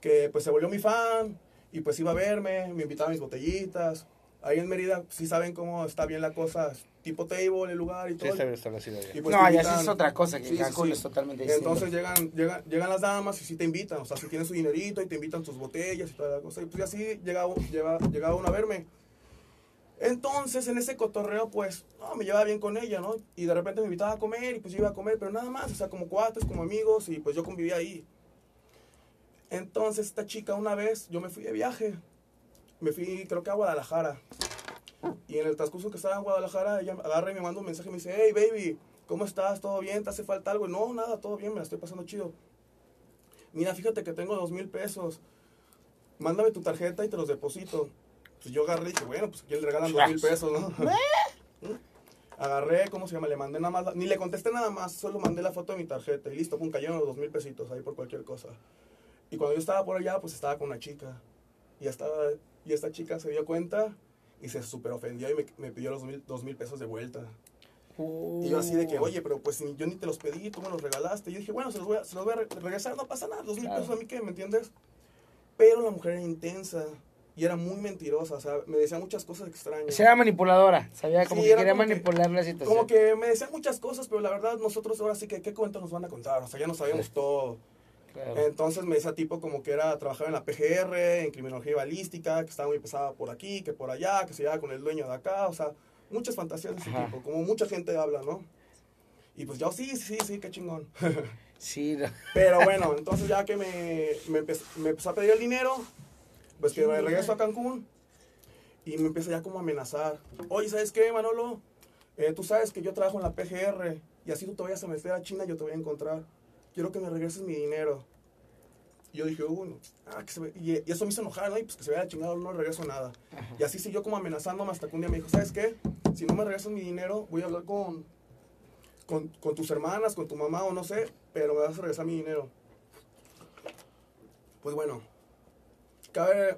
Speaker 5: que pues se volvió mi fan y pues iba a verme, me invitaba a mis botellitas. Ahí en Mérida sí saben cómo está bien la cosa, tipo table, el lugar y
Speaker 4: sí
Speaker 5: todo.
Speaker 4: está bien establecido ya.
Speaker 5: Y, pues,
Speaker 2: No,
Speaker 5: te
Speaker 2: ya eso es
Speaker 5: invitan.
Speaker 2: otra cosa, que
Speaker 5: Sí, sí,
Speaker 2: Cancún
Speaker 5: sí.
Speaker 2: es totalmente distinto.
Speaker 5: Entonces llegan, llegan, llegan las damas y sí te invitan, o sea, si tienen su dinerito y te invitan sus botellas y toda la cosa. Y pues y así llegaba, lleva- llegaba uno a verme. Entonces en ese cotorreo, pues, no, me llevaba bien con ella, ¿no? Y de repente me invitaba a comer y pues yo iba a comer, pero nada más, o sea, como cuates, como amigos y pues yo convivía ahí. Entonces esta chica una vez, yo me fui de viaje, me fui creo que a Guadalajara. Y en el transcurso que estaba en Guadalajara, ella agarra y me manda un mensaje y me dice, hey baby, ¿cómo estás? ¿Todo bien? ¿Te hace falta algo? No, nada, todo bien, me la estoy pasando chido. Mira, fíjate que tengo dos mil pesos. Mándame tu tarjeta y te los deposito. Pues yo agarré y dije, bueno, pues ¿quién le regalan dos mil pesos, no? ¿Eh? Agarré, ¿cómo se llama? Le mandé nada más, la- ni le contesté nada más, solo mandé la foto de mi tarjeta y listo, pum, cayeron los dos mil pesitos ahí por cualquier cosa. Y cuando yo estaba por allá, pues estaba con una chica. Y, estaba, y esta chica se dio cuenta y se super ofendió y me, me pidió los mil- dos mil pesos de vuelta. Y yo así de que, oye, pero pues ni- yo ni te los pedí, tú me los regalaste. Y yo dije, bueno, se los voy a, se los voy a re- regresar, no pasa nada, dos mil pesos a mí que, ¿me entiendes? Pero la mujer era intensa y era muy mentirosa, o sea, me decía muchas cosas extrañas.
Speaker 2: Sí, Pues era manipuladora, sabía como
Speaker 5: Sí,
Speaker 2: que
Speaker 5: era
Speaker 2: quería
Speaker 5: como que-
Speaker 2: manipular la situación.
Speaker 5: Como que me decían muchas cosas, pero la verdad nosotros ahora sí que qué cuentos nos van a contar, o sea, ya no sabíamos todo.
Speaker 2: Claro.
Speaker 5: Entonces me decía tipo como que era trabajar en la PGR, en criminología balística, que estaba muy pesada por aquí, que por allá, que se iba con el dueño de acá, o sea, muchas fantasías de ese
Speaker 2: Ajá.
Speaker 5: tipo, como mucha gente habla, ¿no? Y pues yo sí, sí, sí, qué chingón.
Speaker 2: Sí, no.
Speaker 5: Pero bueno, entonces ya que me, me, empezó, me empezó a pedir el dinero, pues que me regreso a Cancún y me empieza ya como a amenazar. Oye, ¿sabes qué, Manolo? Eh, tú sabes que yo trabajo en la PGR y así tú te vayas a meter a China, yo te voy a encontrar. Quiero que me regreses mi dinero. Y yo dije, bueno, ah, que se ve- y, y eso me hizo enojar, ¿no? Y pues que se vea la chingada, no regreso nada. Y así siguió como amenazándome hasta que un día me dijo, ¿sabes qué? Si no me regresas mi dinero, voy a hablar con, con, con tus hermanas, con tu mamá o no sé, pero me vas a regresar mi dinero. Pues bueno, cabe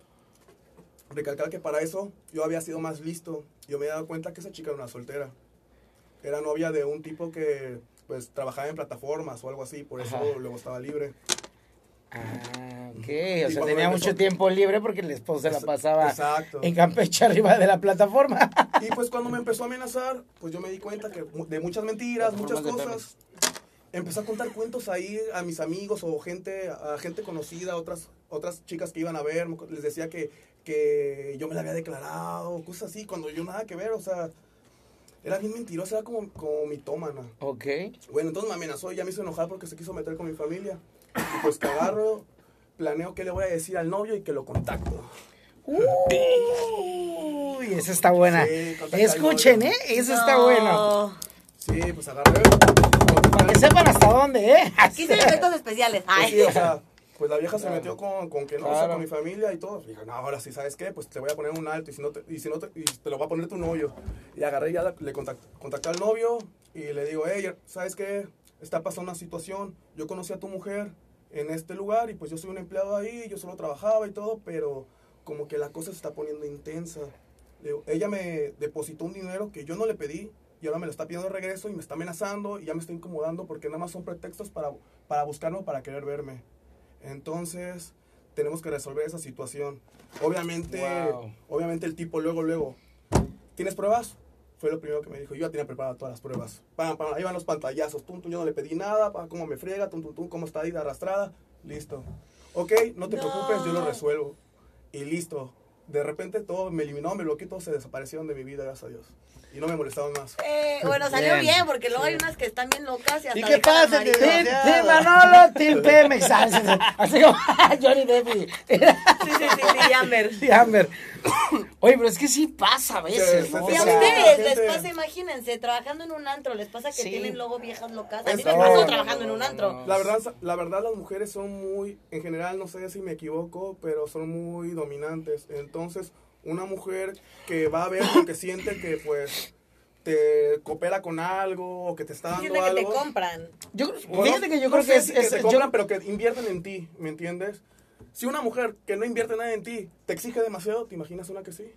Speaker 5: recalcar que para eso yo había sido más listo. Yo me había dado cuenta que esa chica era una soltera. Era novia de un tipo que pues trabajaba en plataformas o algo así, por eso
Speaker 2: Ajá.
Speaker 5: luego estaba libre.
Speaker 2: Ah, ok, o
Speaker 5: Y
Speaker 2: sea,
Speaker 5: cuando
Speaker 2: tenía
Speaker 5: empezó-
Speaker 2: mucho tiempo libre porque el esposo se la
Speaker 5: Ex-
Speaker 2: pasaba
Speaker 5: exacto.
Speaker 2: en Campeche arriba de la plataforma.
Speaker 5: Y pues cuando me empezó a amenazar, pues yo me di cuenta que mu- de muchas mentiras, muchas
Speaker 2: Plataformas de
Speaker 5: cosas. Empecé a contar cuentos ahí a mis amigos o gente, a gente conocida, otras, otras chicas que iban a ver, les decía que, que yo me la había declarado, cosas así, cuando yo nada que ver, o sea, era bien mentirosa, era como, como mitómana.
Speaker 2: Ok.
Speaker 5: Bueno, entonces me amenazó y ya me hizo enojar porque se quiso meter con mi familia. Y pues que agarro, planeo qué le voy a decir al novio y que lo contacto.
Speaker 2: Uy, esa está buena.
Speaker 5: Sí, contacta
Speaker 2: Escuchen,
Speaker 5: al
Speaker 2: ¿eh?
Speaker 5: novio.
Speaker 2: Esa está buena.
Speaker 5: Sí, pues agarré.
Speaker 2: Para que sepan hasta dónde, ¿eh?
Speaker 3: Aquí se efectos especiales.
Speaker 5: Pues
Speaker 3: Ay.
Speaker 5: sí, o sea, pues la vieja se metió con, con que no, o sea,
Speaker 4: Claro.
Speaker 5: con mi familia y todo. Dije, no, ahora sí, ¿sabes qué? Pues te voy a poner un alto y si no te, y si no te, y te lo va a poner tu novio. Y agarré y ya la- le contact- contacté al novio y le digo, hey, ¿sabes qué? Está pasando una situación. Yo conocí a tu mujer en este lugar y pues yo soy un empleado ahí, yo solo trabajaba y todo, pero como que la cosa se está poniendo intensa. Le digo, ella me depositó un dinero que yo no le pedí y ahora me lo está pidiendo de regreso y me está amenazando y ya me está incomodando porque nada más son pretextos para, para buscarme o para querer verme. Entonces, tenemos que resolver esa situación. Obviamente,
Speaker 2: Wow.
Speaker 5: obviamente el tipo luego, luego, ¿tienes pruebas? Fue lo primero que me dijo. Yo ya tenía preparadas todas las pruebas. Pam, pam, ahí van los pantallazos. Tum, tum, yo no le pedí nada. Pam, cómo me friega. Tum, tum, tum, cómo está ahí de arrastrada. Listo. Ok, no te
Speaker 3: No.
Speaker 5: preocupes, yo lo resuelvo. Y listo. De repente todo me eliminó, me bloqueó, todo se desaparecieron de mi vida, gracias a Dios. Y no me molestaron más.
Speaker 3: Eh, bueno, salió
Speaker 2: Bien.
Speaker 3: bien, porque luego hay unas que están bien locas y hasta
Speaker 4: ¿Y qué
Speaker 3: dejan al
Speaker 4: pasa,
Speaker 3: marido.
Speaker 2: Tim,
Speaker 4: tío?
Speaker 2: Tim Manolo, Tim Pemex. Ah, sí, sí. Así como ah, Johnny Depp y-
Speaker 3: Sí, sí, sí, sí, Amber.
Speaker 2: y Amber. Oye, pero es que sí pasa a veces,
Speaker 5: Sí,
Speaker 2: ¿no?
Speaker 5: sí,
Speaker 2: O
Speaker 3: Y a
Speaker 5: sí.
Speaker 2: sea,
Speaker 3: ustedes
Speaker 5: gente-
Speaker 3: les pasa, imagínense, trabajando en un antro, les pasa que
Speaker 2: Sí.
Speaker 3: tienen luego viejas locas. A mí
Speaker 5: Pues
Speaker 3: me
Speaker 5: no,
Speaker 3: pasó
Speaker 5: no,
Speaker 3: trabajando en un antro.
Speaker 5: La verdad, la verdad las mujeres son muy, en general, no sé si me equivoco, pero son muy dominantes. Entonces, una mujer que va a ver porque siente que pues te coopera con algo o que te está dando
Speaker 3: Siente que
Speaker 5: algo.
Speaker 3: te compran.
Speaker 2: yo creo-
Speaker 5: Bueno,
Speaker 2: fíjate que yo
Speaker 5: no
Speaker 2: creo
Speaker 5: sé
Speaker 2: que es,
Speaker 5: si
Speaker 2: es-
Speaker 5: te
Speaker 2: yo-
Speaker 5: compran, pero que invierten en ti, ¿me entiendes? Si una mujer que no invierte nada en ti te exige demasiado, ¿te imaginas una que sí?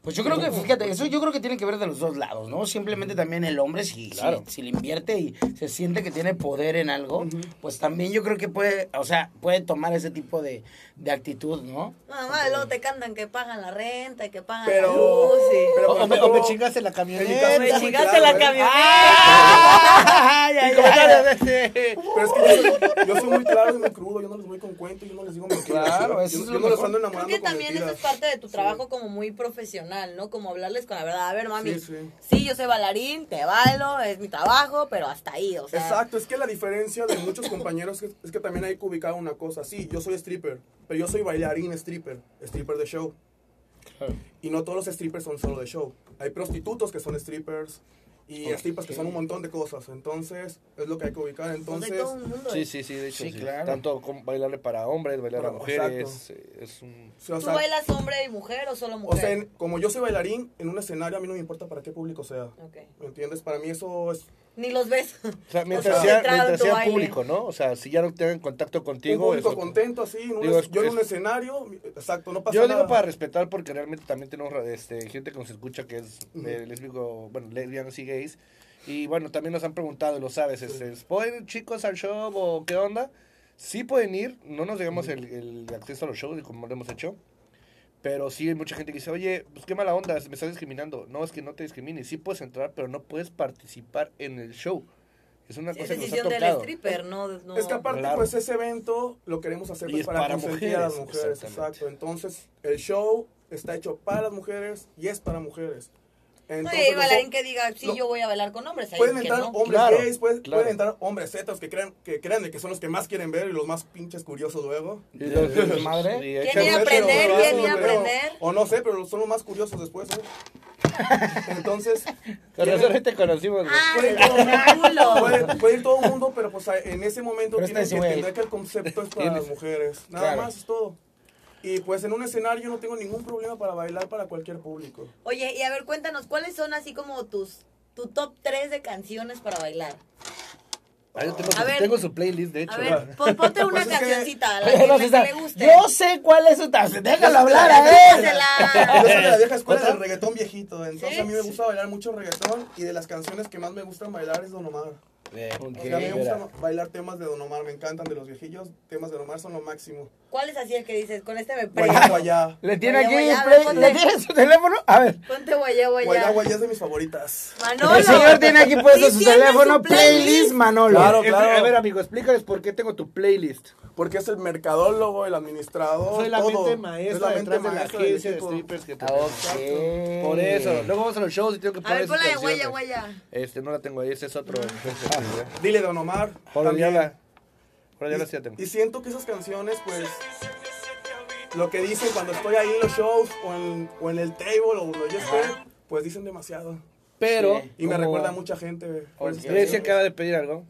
Speaker 2: Pues yo creo que, fíjate, eso yo creo que tiene que ver de los dos lados, ¿no? Simplemente también el hombre, si, si- si, le invierte y se siente que tiene poder en algo, pues también yo creo que puede, o sea, puede tomar ese tipo de, de actitud, ¿no?
Speaker 3: Mamá, luego te cantan que pagan la renta, que pagan
Speaker 5: Pero-
Speaker 3: la luz. y-
Speaker 5: pero-
Speaker 4: O, o me, o me chingaste la
Speaker 5: En mi caso,
Speaker 3: Me
Speaker 4: camioneta.
Speaker 5: muy
Speaker 3: chingaste
Speaker 5: claro,
Speaker 3: la
Speaker 5: ¿eh?
Speaker 2: Ah,
Speaker 3: camioneta.
Speaker 2: Ay, ay,
Speaker 4: Y como
Speaker 2: ay.
Speaker 4: tal, este,
Speaker 5: Pero es que yo soy, yo soy muy claro y muy crudo, yo no les voy con cuentos, yo no les digo mentiras.
Speaker 2: Claro,
Speaker 5: yo-
Speaker 2: eso
Speaker 5: yo,
Speaker 2: es lo
Speaker 5: yo no los
Speaker 2: mejor.
Speaker 5: ando
Speaker 3: Creo
Speaker 5: enamorando
Speaker 3: que
Speaker 5: con
Speaker 3: también eso
Speaker 5: mentiras.
Speaker 3: es parte de tu trabajo como muy profesional, ¿no? Como hablarles con la verdad. A ver, mami, sí,
Speaker 5: Sí, sí.
Speaker 3: yo soy bailarín, te bailo, es mi trabajo, pero hasta ahí, o sea.
Speaker 5: Exacto, es que la diferencia de muchos compañeros es, es que también hay que ubicar una cosa. Sí, yo soy stripper, pero yo soy bailarín stripper, stripper de show. Y no todos los strippers son solo de show. Hay prostitutos que son strippers y strippers que son un montón de cosas. Entonces, es lo que hay que ubicar.
Speaker 3: Pues hay
Speaker 5: Entonces,
Speaker 3: todo un mundo.
Speaker 4: Sí, sí, sí, de hecho.
Speaker 2: Sí,
Speaker 4: sí.
Speaker 2: claro.
Speaker 4: Tanto como bailarle para hombres, bailar a
Speaker 5: Bueno,
Speaker 4: mujeres. eh, Es un.
Speaker 5: sí, o
Speaker 3: ¿Tú
Speaker 5: sea,
Speaker 3: bailas hombre y mujer o solo
Speaker 5: o
Speaker 3: mujer?
Speaker 5: sea, en- como yo soy bailarín, en un escenario a mí no me importa para qué público sea.
Speaker 3: Ok.
Speaker 5: ¿Me entiendes? Para mí eso es
Speaker 3: Ni los ves.
Speaker 5: Pues,
Speaker 4: O sea, mientras
Speaker 3: sea,
Speaker 4: sea,
Speaker 3: entraron
Speaker 4: mientras
Speaker 3: tu
Speaker 4: sea
Speaker 3: baile.
Speaker 4: público, ¿no? O sea, si ya no tienen contacto
Speaker 5: un
Speaker 4: contigo.
Speaker 5: público
Speaker 4: es-
Speaker 5: contento así. en un
Speaker 4: Digo,
Speaker 5: es-
Speaker 4: es-
Speaker 5: yo en un
Speaker 4: es-
Speaker 5: escenario, exacto, no pasa
Speaker 4: Yo lo
Speaker 5: nada.
Speaker 4: digo para respetar porque realmente también tenemos este, gente que nos escucha que es eh, lésbico, bueno, lesbianas y gays. Y bueno, también nos han preguntado, y lo sabes, este, ¿pueden ir chicos al show o qué onda? Sí pueden ir, no nos digamos el, el acceso a los shows como lo hemos hecho. Pero sí hay mucha gente que dice, oye, pues qué mala onda, me estás discriminando. No, es que no te discrimines, sí puedes entrar, pero no puedes participar en el show. Es una
Speaker 3: Es
Speaker 4: cosa que nos ha
Speaker 3: decisión del
Speaker 4: tocado.
Speaker 3: stripper, no, no.
Speaker 5: Es que aparte,
Speaker 4: Claro.
Speaker 5: pues ese evento lo queremos hacer
Speaker 4: Y
Speaker 5: pues,
Speaker 4: es
Speaker 5: para,
Speaker 4: para
Speaker 5: consentir a las
Speaker 4: mujeres,
Speaker 5: mujeres.
Speaker 4: exactamente.
Speaker 5: Exacto. Entonces, el show está hecho para las mujeres y es para mujeres.
Speaker 3: No,
Speaker 5: Entonces,
Speaker 3: y hay
Speaker 5: los
Speaker 3: bailarín
Speaker 5: hom-
Speaker 3: que diga, sí,
Speaker 5: no.
Speaker 3: yo voy a bailar con hombres. Hay
Speaker 5: Pueden
Speaker 3: que
Speaker 5: entrar
Speaker 3: no.
Speaker 5: hombres
Speaker 4: Claro,
Speaker 5: gays, pueden,
Speaker 4: claro.
Speaker 5: pueden entrar hombres zetas que crean que créanme que son los que más quieren ver y los más pinches curiosos luego.
Speaker 4: Y los-
Speaker 2: De madre.
Speaker 4: y
Speaker 3: ¿Quién
Speaker 4: echan-
Speaker 3: iba a aprender?
Speaker 5: Pero,
Speaker 3: ¿Quién iba a
Speaker 5: pero-
Speaker 3: aprender?
Speaker 5: O no sé, pero son los más curiosos después. ¿eh? Entonces,
Speaker 4: Con razón te conocimos. güey.
Speaker 3: Ah,
Speaker 5: Puede,
Speaker 3: culo.
Speaker 5: puede- puede ir todo el mundo, pero pues en ese momento
Speaker 2: Pero
Speaker 5: tienen
Speaker 2: este
Speaker 5: que
Speaker 2: es güey.
Speaker 5: entender que el concepto es para las mujeres. Nada
Speaker 2: Claro.
Speaker 5: más es todo. Y pues en un escenario yo no tengo ningún problema para bailar para cualquier público.
Speaker 3: Oye, y a ver, cuéntanos, ¿cuáles son así como tus tu top 3 de canciones para bailar?
Speaker 4: Ah, yo tengo,
Speaker 3: A
Speaker 4: su,
Speaker 3: ver.
Speaker 4: tengo su playlist, de hecho.
Speaker 3: A ver, pon- ponte una
Speaker 5: Pues es que-
Speaker 3: cancioncita, la
Speaker 2: Oye, no
Speaker 3: que, la
Speaker 2: sé,
Speaker 3: que
Speaker 2: está-
Speaker 3: le guste.
Speaker 2: Yo sé cuál es su taza. Déjalo hablar a él.
Speaker 5: Yo soy de la
Speaker 3: Dísela.
Speaker 5: vieja escuela
Speaker 4: ¿Otra?
Speaker 5: del reggaetón viejito, entonces
Speaker 3: ¿Sí?
Speaker 5: a mí me gusta bailar mucho reggaetón y de las canciones que más me gustan bailar es Don Omar.
Speaker 4: Bien,
Speaker 5: O sea, a mí me gusta
Speaker 4: mira.
Speaker 5: bailar temas de Don Omar, me encantan de los viejillos. Temas de Don Omar son lo máximo.
Speaker 3: ¿Cuál es así el que dices? Con este me prendo.
Speaker 5: Guayá, guayá.
Speaker 2: ¿Le tiene
Speaker 3: Oye,
Speaker 2: aquí
Speaker 3: güey, a
Speaker 2: play-
Speaker 3: ver, ponte.
Speaker 2: ¿Le tiene su teléfono? A ver.
Speaker 3: Ponte guayá,
Speaker 5: Guayá,
Speaker 3: guayá.
Speaker 5: guayá es de mis favoritas.
Speaker 3: Manolo.
Speaker 2: el señor tiene aquí puesto
Speaker 3: Sí
Speaker 2: su
Speaker 3: tiene
Speaker 2: teléfono
Speaker 3: su
Speaker 2: playlist, Manolo.
Speaker 5: Claro.
Speaker 4: Expli- Este, A ver, amigo, explícales por qué tengo tu playlist.
Speaker 5: Porque es el mercadólogo, el administrador,
Speaker 4: Soy la
Speaker 5: todo.
Speaker 4: mente
Speaker 5: Es
Speaker 4: maestra
Speaker 5: la mente
Speaker 4: detrás de la
Speaker 5: maestra del
Speaker 4: agencia de
Speaker 5: equipo.
Speaker 4: strippers que tenemos.
Speaker 2: Ok.
Speaker 4: Por eso, luego vamos a los shows y tengo que
Speaker 3: A
Speaker 4: poner
Speaker 3: ver,
Speaker 4: esas
Speaker 3: ponla de guaya,
Speaker 4: canciones.
Speaker 3: guaya.
Speaker 4: Este, no la tengo ahí, ese es otro.
Speaker 3: Ah.
Speaker 5: Dile Don Omar.
Speaker 4: Por
Speaker 5: también.
Speaker 4: Oriola. Por Oriola
Speaker 5: Y-
Speaker 4: sí la tengo.
Speaker 5: Y siento que esas canciones, pues, lo que dicen cuando estoy ahí en los shows o en, o en el table o donde yo esté, pues dicen demasiado.
Speaker 4: Pero,
Speaker 5: Y me
Speaker 4: como
Speaker 5: recuerda a mucha gente. eh, por esas
Speaker 4: Grecia
Speaker 5: canciones.
Speaker 4: acaba de pedir algo.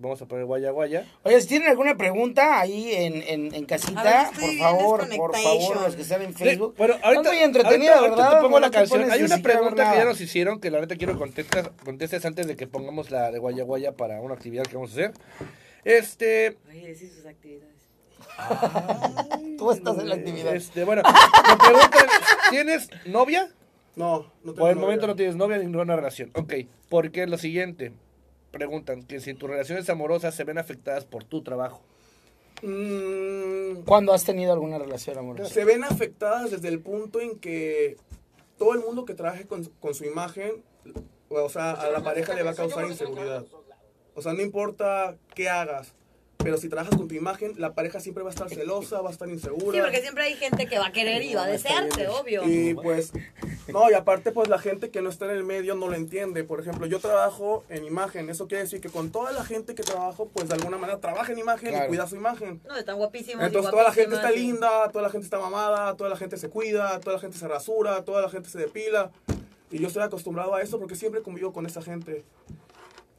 Speaker 4: Vamos a poner guaya, guaya.
Speaker 2: Oye, si tienen alguna pregunta ahí en, en, en casita,
Speaker 3: A ver, estoy
Speaker 2: por
Speaker 3: bien
Speaker 2: favor, por favor,
Speaker 3: desconectation.
Speaker 2: los que están en Facebook.
Speaker 4: Bueno, ahorita,
Speaker 2: Está muy entretenida,
Speaker 4: ahorita- ahorita
Speaker 2: ¿verdad?
Speaker 4: te pongo
Speaker 2: No
Speaker 4: la
Speaker 2: te
Speaker 4: canción.
Speaker 2: pones
Speaker 4: Hay
Speaker 2: ni
Speaker 4: una
Speaker 2: siquiera a ver
Speaker 4: pregunta que ya
Speaker 2: nada.
Speaker 4: nos hicieron que la neta quiero que contestas, contestes antes de que pongamos la de Guaya Guaya para una actividad que vamos a hacer. Este,
Speaker 3: Oye, sí, sus actividades.
Speaker 2: Tú estás en la actividad.
Speaker 4: este bueno, me preguntan, ¿tienes novia?
Speaker 5: No, no tengo
Speaker 4: Por el
Speaker 5: novia.
Speaker 4: momento no tienes novia ni ninguna relación. Ok, porque lo siguiente, preguntan que si tus relaciones amorosas se ven afectadas por tu trabajo.
Speaker 5: Mm,
Speaker 2: ¿Cuándo has tenido alguna relación amorosa?
Speaker 5: se ven afectadas desde el punto en que todo el mundo que trabaje con, con su imagen, o sea, a la pareja le va a causar inseguridad. O sea, no importa qué hagas, pero si trabajas con tu imagen, la pareja siempre va a estar celosa, va a estar insegura.
Speaker 3: Sí, porque siempre hay gente que va a querer y va a desearte, obvio.
Speaker 5: Y pues, no, y aparte, pues la gente que no está en el medio no lo entiende. Por ejemplo, yo trabajo en imagen. Eso quiere decir que con toda la gente que trabajo, pues de alguna manera trabaja en imagen
Speaker 2: Claro.
Speaker 5: y cuida su imagen.
Speaker 3: No, están guapísimos. y
Speaker 5: Entonces toda la gente está
Speaker 3: guapísimas, y-
Speaker 5: linda, toda la gente está mamada, toda la gente se cuida, toda la gente se rasura, toda la gente se depila. Y yo estoy acostumbrado a eso porque siempre convivo con esa gente.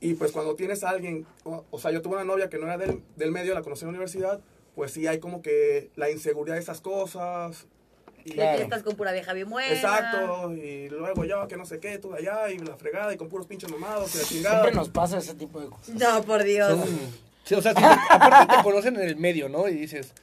Speaker 5: Y pues cuando tienes a alguien, o, o sea, yo tuve una novia que no era del, del medio, la conocí en la universidad, pues sí hay como que la inseguridad de esas cosas.
Speaker 3: De
Speaker 5: Y-
Speaker 3: que
Speaker 2: Claro.
Speaker 3: estás con pura vieja bien buena.
Speaker 5: Exacto, y luego yo que no sé qué, tú de allá, y la fregada, y con puros pinches mamados, y la chingada.
Speaker 2: Siempre nos pasa ese tipo de cosas.
Speaker 3: No, por Dios.
Speaker 4: Sí, o sea, si- aparte te conocen en el medio, ¿no? Y dices,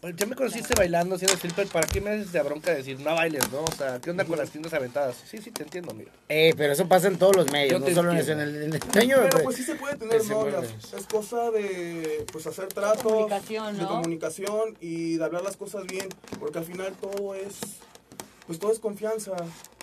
Speaker 4: "Pues, ya me conociste bailando, siendo stripper, ¿para qué me haces de bronca decir no bailes, no? O sea, ¿qué onda con las tiendas aventadas? Sí, sí, te entiendo, amigo.
Speaker 6: Eh, pero eso pasa en todos los
Speaker 4: Yo
Speaker 6: medios, no
Speaker 4: te
Speaker 6: solo en el,
Speaker 4: entiendo.
Speaker 6: en el enseño,
Speaker 5: Pero
Speaker 6: pues.
Speaker 5: pues sí se puede tener
Speaker 4: Ese
Speaker 5: novias,
Speaker 4: mueves.
Speaker 5: es cosa de pues hacer tratos,
Speaker 3: comunicación,
Speaker 5: de
Speaker 3: ¿no?
Speaker 5: comunicación y de hablar las cosas bien, porque al final todo es pues todo es confianza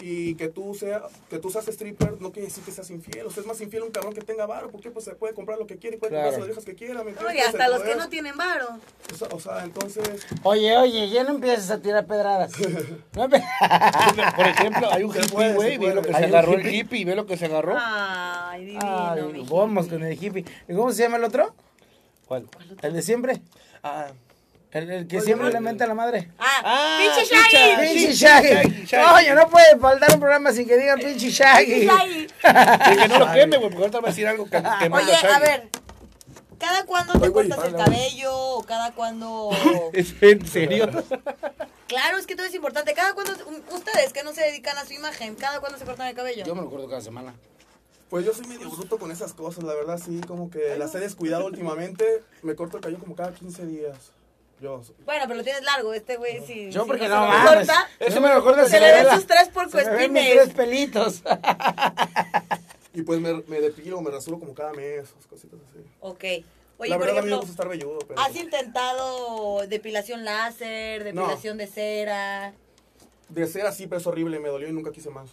Speaker 5: y que tú sea que tú seas stripper no quiere decir que seas infiel, o sea, es más infiel un cabrón que tenga varo, porque pues se puede comprar lo que quiere, y puede
Speaker 2: Claro.
Speaker 5: comprar las viejas que quiera,
Speaker 3: No,
Speaker 5: ¿me entiendes?
Speaker 3: y hasta
Speaker 5: El
Speaker 3: los que
Speaker 5: poder,
Speaker 3: no tienen varo.
Speaker 5: o sea, o sea, entonces
Speaker 2: Oye, oye, ya no empieces a tirar pedradas. No empe-
Speaker 4: Por ejemplo, hay un
Speaker 5: Se
Speaker 4: hippie,
Speaker 5: puede,
Speaker 4: güey,
Speaker 5: se
Speaker 4: ve lo que
Speaker 5: puede.
Speaker 4: se
Speaker 2: Hay un
Speaker 4: agarró el
Speaker 2: hippie.
Speaker 4: hippie, ve lo que se agarró.
Speaker 3: Ay, divino,
Speaker 2: Ay,
Speaker 3: mi
Speaker 2: vamos con el hippie. ¿Y cómo se llama el otro?
Speaker 4: ¿Cuál?
Speaker 2: El de siempre.
Speaker 4: Ah,
Speaker 2: El, el que siempre le menta a la madre.
Speaker 3: Ah,
Speaker 4: Ah,
Speaker 3: pinche
Speaker 4: pinche
Speaker 3: Shaggy.
Speaker 4: Shaggy.
Speaker 2: ¡Pinche
Speaker 4: sí, Shaggy,
Speaker 2: Shaggy!
Speaker 4: Shaggy.
Speaker 2: Oye, no puede faltar un programa sin que digan pinche
Speaker 3: Pinche
Speaker 2: Shaggy.
Speaker 3: Shaggy.
Speaker 4: y que no lo queme, güey, porque ahorita va a decir algo que, que manda
Speaker 3: Ah, Oye, a
Speaker 4: Shaggy.
Speaker 3: ver. ¿Cada cuándo te
Speaker 5: Ay, güey,
Speaker 3: cortas el
Speaker 5: hola.
Speaker 3: cabello? ¿O cada cuándo...?
Speaker 4: ¿Es en serio?
Speaker 3: claro, es que todo es importante. ¿Cada cuándo...? Ustedes que no se dedican a su imagen, ¿cada cuándo se cortan el cabello?
Speaker 2: Yo me lo corto cada semana.
Speaker 5: Pues yo soy medio bruto con esas cosas, la verdad sí, como que las he descuidado últimamente. Me corto el cabello como cada 15 días. Yo,
Speaker 3: Bueno, pero lo tienes largo, este güey sí.
Speaker 2: Yo
Speaker 3: sí,
Speaker 2: porque
Speaker 3: se
Speaker 2: no
Speaker 3: lo
Speaker 2: mames.
Speaker 3: corta,
Speaker 2: Eso me lo corto
Speaker 3: Se le ven
Speaker 2: Cinderela.
Speaker 3: sus tres por
Speaker 2: Se me ven mis tres pelitos.
Speaker 5: y pues me, me depilo, me rasuro como cada mes, esas cositas así.
Speaker 3: Ok. Oye,
Speaker 5: la
Speaker 3: por
Speaker 5: verdad a mí me
Speaker 3: ejemplo,
Speaker 5: gusta estar velludo, pero...
Speaker 3: ¿has intentado depilación láser, depilación de cera?
Speaker 5: De ser así, pero es horrible, me dolió y nunca quise más.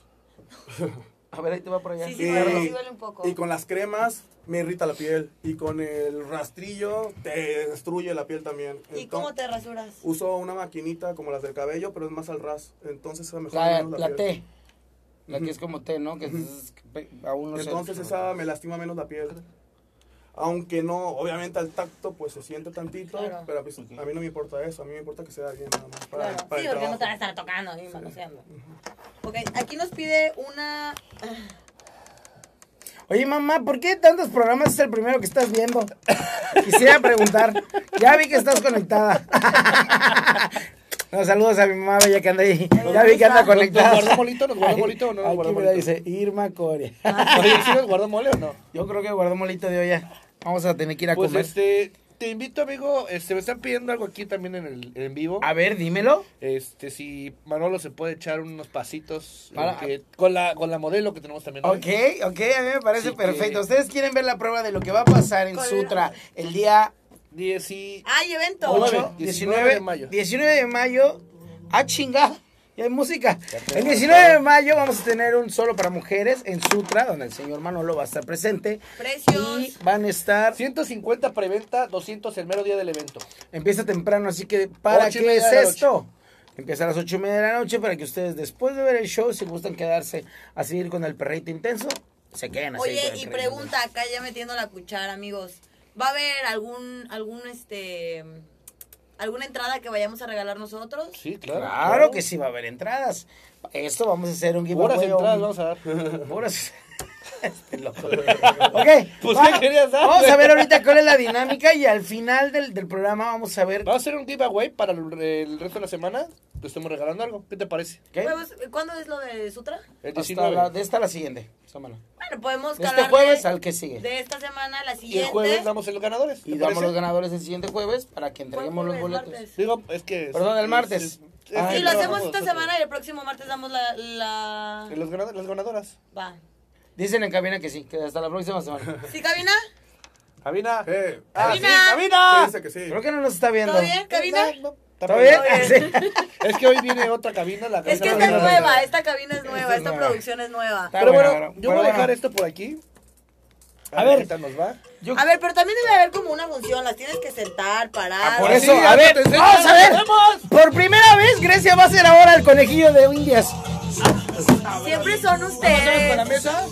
Speaker 2: A ver, ahí te va por allá.
Speaker 3: Sí, sí, duele, sí duele un poco.
Speaker 5: Y con las cremas me irrita la piel. Y con el rastrillo te destruye la piel también.
Speaker 3: ¿Y
Speaker 5: Enton-
Speaker 3: cómo te rasuras?
Speaker 5: Uso una maquinita como las del cabello, pero es más al ras. Entonces se
Speaker 2: La,
Speaker 5: me mejora menos la,
Speaker 2: la
Speaker 5: piel.
Speaker 2: T. La que es como T, ¿no? Que es- pe- aún no sé.
Speaker 5: Entonces esa me lastima menos la piel. Aunque no, obviamente al tacto pues se siente tantito,
Speaker 3: Claro.
Speaker 5: pero pues, a mí no me importa eso, a mí me importa que sea bien nada más para,
Speaker 3: Claro.
Speaker 5: para
Speaker 3: Sí,
Speaker 5: el
Speaker 3: porque no te van a
Speaker 5: trabajo.
Speaker 3: estar tocando ni manoseando. Ok, aquí nos pide una.
Speaker 2: Oye, mamá, ¿por qué tantos programas es el primero que estás viendo? Quisiera preguntar. Ya vi que estás conectada. No, saludos a mi mamá bella que anda ahí. Ya vi que anda conectada.
Speaker 4: ¿Nos guardó molito? ¿Nos guardó
Speaker 2: Ahí-
Speaker 4: molito o no nos
Speaker 2: Aquí
Speaker 4: guardó
Speaker 2: mira,
Speaker 4: molito?
Speaker 2: dice Irma Coria.
Speaker 4: Oye, ¿sí nos guardó mole o no?
Speaker 2: Yo creo que guardó molito de olla. Vamos a tener que ir a
Speaker 4: Pues
Speaker 2: comer.
Speaker 4: este, te invito, amigo. Este, me están pidiendo algo aquí también en el en vivo.
Speaker 2: A ver, dímelo.
Speaker 4: Este, si Manolo se puede echar unos pasitos
Speaker 2: Para-
Speaker 4: lo que- con, la, con la modelo que tenemos también. hoy.
Speaker 2: Ok, ok, a mí me parece
Speaker 4: Sí,
Speaker 2: perfecto.
Speaker 4: que-
Speaker 2: Ustedes quieren ver la prueba de lo que va a pasar en
Speaker 3: Con la-
Speaker 2: Sutra el día
Speaker 4: Dieci-
Speaker 3: ¡Ay, evento!
Speaker 4: Ocho.
Speaker 2: 19,
Speaker 4: 19 de mayo.
Speaker 2: 19 de mayo. ¡Ah, chinga! Ya hay música.
Speaker 4: tenemos
Speaker 2: El 19 de mayo vamos a tener un solo para mujeres en Sutra, donde el señor Manolo va a estar presente.
Speaker 3: Precios.
Speaker 2: Y van a estar.
Speaker 4: 150 preventa, 200 el mero día del evento.
Speaker 2: Empieza temprano, así que ¿para
Speaker 4: Ocho y
Speaker 2: qué
Speaker 4: media
Speaker 2: es
Speaker 4: de la
Speaker 2: esto? Empieza a las ocho y media de la noche para que ustedes después de ver el show, si gustan quedarse a seguir con el perrito intenso, se queden a seguir
Speaker 3: Oye,
Speaker 2: con el
Speaker 3: y
Speaker 2: perrito
Speaker 3: pregunta acá ya metiendo la cuchara, amigos. ¿Va a haber algún, algún, este, alguna entrada que vayamos a regalar nosotros?
Speaker 4: Sí, claro.
Speaker 2: Claro, que sí va a haber entradas. Esto vamos a hacer un giveaway.
Speaker 4: Puras entradas
Speaker 2: un-
Speaker 4: vamos a dar.
Speaker 2: puras- Este loco. ok,
Speaker 4: Pues,
Speaker 2: va-
Speaker 4: ¿qué querías dar?
Speaker 2: vamos a ver ahorita cuál es la dinámica y al final del, del programa vamos a ver
Speaker 4: Vamos a hacer un giveaway para el, el resto de la semana. Te estamos regalando algo. ¿Qué te parece?
Speaker 2: ¿qué?
Speaker 3: Podemos- ¿Cuándo es lo de Sutra?
Speaker 4: El
Speaker 2: Hasta
Speaker 4: 19.
Speaker 2: la- de esta a la siguiente semana.
Speaker 3: Bueno, podemos
Speaker 2: De este
Speaker 3: calarle
Speaker 2: jueves al que sigue.
Speaker 3: De esta semana a la
Speaker 4: Y el
Speaker 3: siguiente.
Speaker 4: jueves damos los ganadores.
Speaker 2: Y
Speaker 4: ¿te
Speaker 2: damos
Speaker 4: parece?
Speaker 2: los ganadores el siguiente jueves para que entreguemos los
Speaker 3: Jueves,
Speaker 2: boletos.
Speaker 3: martes.
Speaker 4: Digo, es que.
Speaker 2: Perdón, el
Speaker 4: es-
Speaker 2: martes.
Speaker 4: es- es
Speaker 2: Ah,
Speaker 4: que
Speaker 3: Sí,
Speaker 2: Ay,
Speaker 3: lo
Speaker 2: no,
Speaker 3: hacemos
Speaker 4: trabajamos
Speaker 3: esta
Speaker 4: nosotros.
Speaker 3: semana y el próximo martes damos la... la...
Speaker 4: Y Los ganadores, las ganadoras.
Speaker 3: Va.
Speaker 2: Dicen en cabina que sí, que hasta la próxima semana.
Speaker 3: ¿Sí, cabina?
Speaker 4: Cabina.
Speaker 5: Eh,
Speaker 4: Ah, sí,
Speaker 3: Cabina.
Speaker 4: cabina.
Speaker 5: dice que sí.
Speaker 2: Creo que no nos está viendo.
Speaker 3: ¿Todo bien, cabina?
Speaker 4: No, no, está
Speaker 2: ¿Todo bien?
Speaker 4: bien.
Speaker 3: Todo
Speaker 2: Sí.
Speaker 4: Es que hoy viene otra cabina. La
Speaker 3: Es que esta
Speaker 4: cabina
Speaker 3: es
Speaker 4: más grande.
Speaker 3: nueva, esta cabina es nueva,
Speaker 2: es
Speaker 3: esta
Speaker 2: nueva.
Speaker 3: producción es nueva.
Speaker 2: Está
Speaker 4: Pero
Speaker 2: bueno,
Speaker 4: bueno,
Speaker 2: bueno,
Speaker 4: yo voy a
Speaker 2: bueno.
Speaker 4: dejar esto por aquí.
Speaker 2: A
Speaker 4: ver
Speaker 2: ver.
Speaker 4: qué tal nos va.
Speaker 2: Yo-
Speaker 3: A ver, pero también debe haber como una función, las tienes que sentar, parar.
Speaker 2: Por
Speaker 4: Ah,
Speaker 2: eso,
Speaker 4: sí,
Speaker 2: a
Speaker 4: ahora
Speaker 2: ver,
Speaker 4: te enseño,
Speaker 2: vamos a ver.
Speaker 4: nos vemos.
Speaker 2: Por primera vez, Grecia va a ser ahora el conejillo de indias.
Speaker 5: Ah,
Speaker 3: Siempre son
Speaker 2: ¿Estamos
Speaker 5: pues,
Speaker 2: con la
Speaker 3: ustedes.
Speaker 2: mesa?
Speaker 3: No,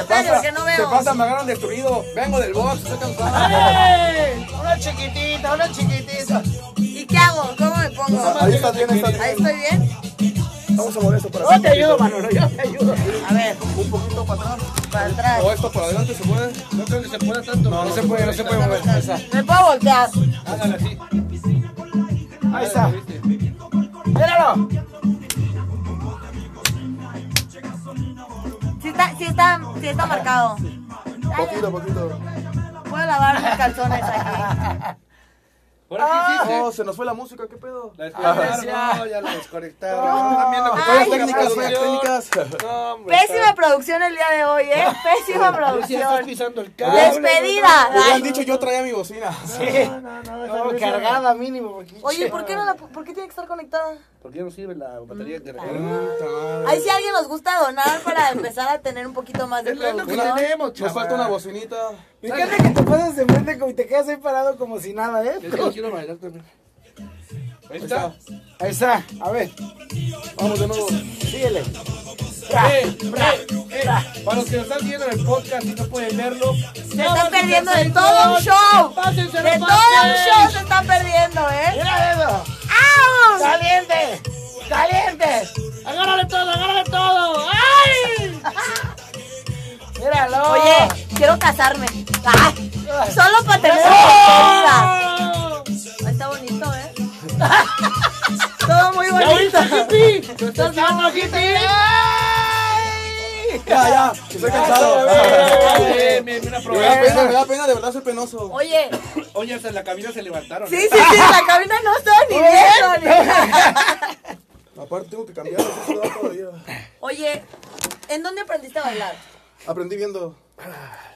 Speaker 3: espérate, porque no
Speaker 5: Se
Speaker 3: veo.
Speaker 5: pasa, me agarran destruido. Vengo del box, estoy cansado.
Speaker 2: ¡Ay! ¡Eh! Una chiquitita, una chiquitita.
Speaker 3: ¿Y qué hago? ¿Cómo me pongo?
Speaker 5: Ahí está bien, ahí está
Speaker 3: Ahí
Speaker 5: bien.
Speaker 3: estoy bien.
Speaker 5: Vamos a mover esto para
Speaker 2: Yo te
Speaker 5: atrás.
Speaker 2: ayudo, Manolo, yo te ayudo.
Speaker 3: A ver,
Speaker 5: Un poquito para atrás.
Speaker 3: para atrás.
Speaker 5: O esto para adelante se puede.
Speaker 4: No creo que se pueda tanto.
Speaker 2: No se puede, no se puede mover. Ahí está.
Speaker 3: Me puedo voltear.
Speaker 4: Hágala así.
Speaker 2: Ahí está. Míralo.
Speaker 3: Si está, si está, si está marcado.
Speaker 5: Poquito, poquito.
Speaker 3: Puedo lavar mis calzones
Speaker 5: Ah,
Speaker 3: aquí.
Speaker 4: Ahora sí, sí,
Speaker 5: No, Oh, se nos fue la música, ¿qué pedo?
Speaker 4: La desconectaron, no, Ah. ya la desconectaron.
Speaker 5: Ay, técnicas,
Speaker 4: Producción.
Speaker 5: técnicas.
Speaker 4: No, hombre,
Speaker 3: Pésima
Speaker 4: está-
Speaker 3: producción el día de hoy, ¿eh? Pésima
Speaker 4: Lucía, estás
Speaker 3: producción.
Speaker 4: pisando el
Speaker 5: Ah,
Speaker 4: cable.
Speaker 3: Despedida.
Speaker 5: Hubieran
Speaker 3: Ay.
Speaker 5: dicho yo traía mi bocina.
Speaker 4: No, no, no, esa
Speaker 2: No,
Speaker 4: Lucía-
Speaker 2: cargada mínimo. porque-
Speaker 3: Oye, ¿por qué, no la, ¿por qué tiene que estar conectada?
Speaker 4: ¿Por qué no sirve la batería que
Speaker 3: Ahí si alguien nos gusta donar para empezar a tener un poquito más de
Speaker 4: Es lo que
Speaker 3: producción.
Speaker 4: tenemos,
Speaker 5: Nos
Speaker 4: chaval.
Speaker 5: falta una bocinita.
Speaker 2: Me encanta que te pasas de frente como- y te quedas ahí parado como si nada, ¿eh?
Speaker 4: Es que quiero bailar también. Ahí está.
Speaker 2: Ahí está, a ver,
Speaker 5: Vamos de nuevo.
Speaker 2: síguele.
Speaker 4: Eh, eh, eh, Para los que nos están viendo en el podcast y no pueden verlo,
Speaker 3: Se están perdiendo de todo un show. De todo un show se están perdiendo, ¿eh?
Speaker 2: ¡Mira eso!
Speaker 3: ¡Au!
Speaker 2: ¡Caliente! ¡Caliente! ¡Agárrale todo, agárrale todo! ¡Ay! ¡Míralo!
Speaker 3: Oye, quiero casarme. Ah, Solo para tener una despedida. Está bonito, ¿eh? Todo muy bonito.
Speaker 2: ¡Estás dando
Speaker 5: Ya, ya, estoy cansado.
Speaker 4: Bien, bien, bien
Speaker 5: Me da
Speaker 4: aprobado.
Speaker 5: pena, me da pena, de verdad soy penoso.
Speaker 3: Oye,
Speaker 4: Oye, hasta en la cabina se levantaron.
Speaker 3: sí, sí, sí, la cabina no está ni viendo ni nada.
Speaker 5: Aparte tengo que cambiar, eso se da todavía.
Speaker 3: Oye, ¿en dónde aprendiste a bailar?
Speaker 5: Aprendí viendo.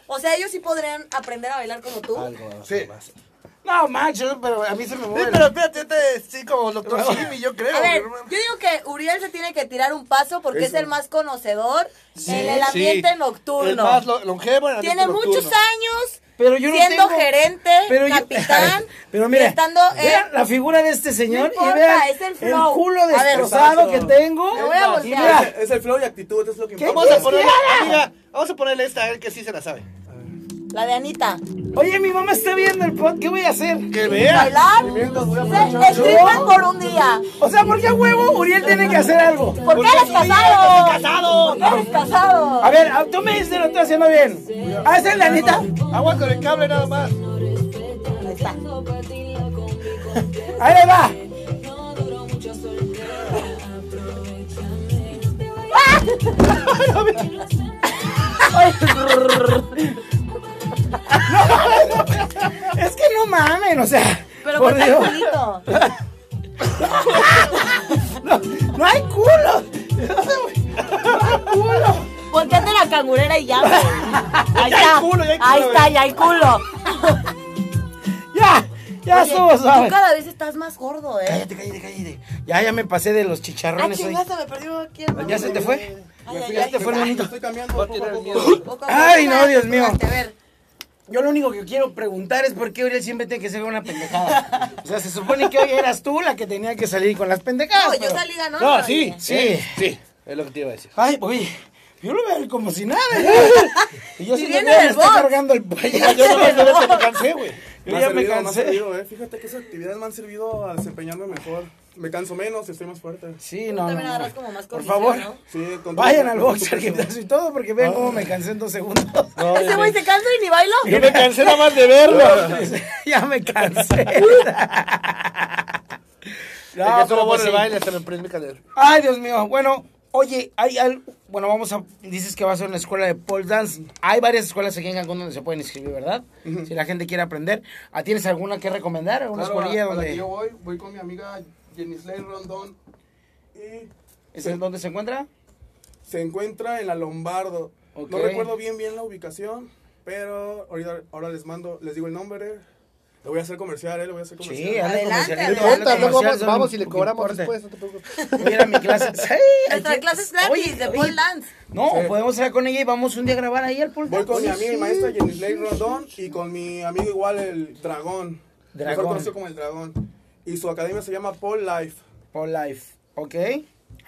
Speaker 3: O sea, ellos sí podrían aprender a bailar como tú.
Speaker 5: Sí.
Speaker 2: No, macho, pero a mí se me mueve.
Speaker 4: espérate, este sí como doctor Simi, yo creo.
Speaker 3: A ver, yo digo que Uriel se tiene que tirar un paso porque es el más conocedor en el ambiente nocturno.
Speaker 4: El más lo- longevo en el
Speaker 3: Tiene
Speaker 4: ambiente
Speaker 3: muchos
Speaker 4: nocturno.
Speaker 3: años
Speaker 2: Pero yo no
Speaker 3: siendo
Speaker 2: tengo-
Speaker 3: gerente,
Speaker 2: Pero yo-
Speaker 3: capitán,
Speaker 2: pero mira,
Speaker 3: y estando en-
Speaker 2: vean la figura de este señor
Speaker 3: importa,
Speaker 2: y vean
Speaker 3: es el flow.
Speaker 2: culo
Speaker 3: A ver,
Speaker 2: destrozado que
Speaker 5: exacto.
Speaker 2: tengo.
Speaker 3: Me voy a
Speaker 2: Y
Speaker 3: voltear.
Speaker 2: mira,
Speaker 5: Es, es el flow y actitud, es lo que
Speaker 2: ¿Qué
Speaker 5: importa.
Speaker 4: Vamos a ponerle, amiga, vamos a ponerle esta a él que sí se la sabe.
Speaker 3: la de Anita.
Speaker 2: Oye, mi mamá está viendo el pod, ¿qué voy a hacer?
Speaker 4: Que vea.
Speaker 3: Bailar,
Speaker 5: Movimientos, voy a
Speaker 3: se
Speaker 5: aprovechar.
Speaker 3: estripan por un día.
Speaker 2: O sea, ¿por qué a huevo Uriel tiene que hacer algo?
Speaker 3: ¿Por qué eres casado?
Speaker 4: casado.
Speaker 3: ¿Por qué eres casado?
Speaker 2: A ver, tú me dices, lo estoy haciendo bien. Hazle la neta.
Speaker 4: Agua con el cable nada más.
Speaker 3: Ahí está.
Speaker 2: Ahí le va. Ah. mamen, o sea.
Speaker 3: Pero
Speaker 2: por
Speaker 3: corta el
Speaker 2: Dios.
Speaker 3: culito.
Speaker 2: No, no hay culo. No hay culo.
Speaker 3: Volteate la cangurera y ya, güey. Ahí
Speaker 4: Ya hay
Speaker 3: está.
Speaker 4: culo, ya hay
Speaker 3: Ahí
Speaker 4: culo,
Speaker 3: está,
Speaker 4: güey.
Speaker 3: ya hay culo.
Speaker 2: Ya, ya
Speaker 3: Oye,
Speaker 2: estuvo,
Speaker 3: Tú
Speaker 2: ¿sabes?
Speaker 3: cada vez estás más gordo, ¿eh?
Speaker 2: Cállate, cállate, cállate. Ya, ya me pasé de los
Speaker 3: Ah,
Speaker 2: chicharrones hoy.
Speaker 3: chingaste, me perdí uno aquí. hermano.
Speaker 2: ¿Ya se te fue?
Speaker 3: Ay, ay,
Speaker 2: ¿Ya
Speaker 3: ay.
Speaker 2: se te fue, hermanito?
Speaker 5: Estoy cambiando poco a poco.
Speaker 3: Poco a poco,
Speaker 2: Ay, no,
Speaker 3: espérate,
Speaker 2: Dios mío.
Speaker 3: espérate, a ver.
Speaker 2: Yo lo único que quiero preguntar es por qué Uriel siempre tiene que ser una pendejada. O sea, se supone que hoy eras tú la que tenía que salir con las pendejadas.
Speaker 3: No, yo
Speaker 2: pero-
Speaker 3: salí ganando.
Speaker 4: No, sí,
Speaker 3: oye.
Speaker 4: sí, sí. Es lo que te iba a decir.
Speaker 2: Ay, oye, yo lo veo como si nada. ¿eh? Y yo
Speaker 3: Si
Speaker 2: sí
Speaker 3: viene
Speaker 2: me
Speaker 3: del
Speaker 2: está
Speaker 3: box.
Speaker 2: cargando el pollo.
Speaker 4: Ya, Yo no más de verte me cansé, güey.
Speaker 2: Yo
Speaker 5: ha
Speaker 2: ya me
Speaker 5: servido, ha
Speaker 2: cansé.
Speaker 5: servido, eh. Fíjate que esas actividades me han servido a desempeñarme mejor. Me canso menos y estoy más fuerte.
Speaker 2: Sí,
Speaker 3: Tú
Speaker 2: no,
Speaker 3: también
Speaker 2: no.
Speaker 3: agarras
Speaker 2: no.
Speaker 3: como más
Speaker 2: Por
Speaker 3: condición,
Speaker 2: favor,
Speaker 3: ¿no?
Speaker 5: Sí, con-
Speaker 2: vayan al
Speaker 5: con-
Speaker 2: box, al gimnasio y todo, porque vean cómo me cansé en dos segundos.
Speaker 4: No,
Speaker 3: Ese
Speaker 4: yo
Speaker 3: güey
Speaker 4: me-
Speaker 3: se cansa y ni bailo.
Speaker 4: yo me cansé nada más de verlo.
Speaker 2: ya me cansé.
Speaker 4: No,
Speaker 2: pero
Speaker 4: estuvo bueno
Speaker 2: pues
Speaker 4: el
Speaker 2: sí.
Speaker 4: baile, hasta me prendí mi cadera.
Speaker 2: Ay, Dios mío. Bueno, oye, hay al- bueno, vamos a dices que vas a una escuela de pole dance. Hay varias escuelas aquí en Cancún donde se pueden inscribir, ¿verdad? Si la gente quiere aprender, ¿Ah, ¿tienes alguna que recomendar? ¿Alguna
Speaker 5: Claro, a-
Speaker 2: escuelilla
Speaker 5: a la que
Speaker 2: donde
Speaker 5: yo voy, voy con mi amiga Jenisley Rondón. Y
Speaker 2: es en donde se encuentra?
Speaker 5: se encuentra en la Lombardo.
Speaker 2: Ok.
Speaker 5: No recuerdo bien bien la ubicación, pero ahorita, ahora les mando, les digo el nombre. Le voy a hacer comercial, eh, le voy a hacer comercial.
Speaker 2: Sí, hazle
Speaker 3: Adelante,
Speaker 2: comercial,
Speaker 3: adelante.
Speaker 2: hazle
Speaker 3: Ahorita,
Speaker 2: comercial,
Speaker 6: luego vamos,
Speaker 2: son
Speaker 6: vamos y
Speaker 2: lo
Speaker 6: le
Speaker 2: que
Speaker 6: cobramos
Speaker 2: importa.
Speaker 6: después, no te preocupes.
Speaker 2: Voy a ir a mi clase. Sí,
Speaker 3: Nuestra
Speaker 2: aquí-
Speaker 3: clase es gratis
Speaker 2: Oye,
Speaker 3: de
Speaker 2: oye,
Speaker 3: pole dance.
Speaker 2: No,
Speaker 5: Sí.
Speaker 2: podemos ir con ella y vamos un día a grabar ahí al pole
Speaker 5: Voy
Speaker 2: dance.
Speaker 5: con mi
Speaker 2: Oye,
Speaker 5: amiga y
Speaker 2: sí.
Speaker 5: maestra Jenisley Rondón y con mi amigo igual el Dragón.
Speaker 2: Dragón.
Speaker 5: Mejor conocido como el Dragón. Y su academia se llama Paul Life.
Speaker 2: Pole life, ¿ok?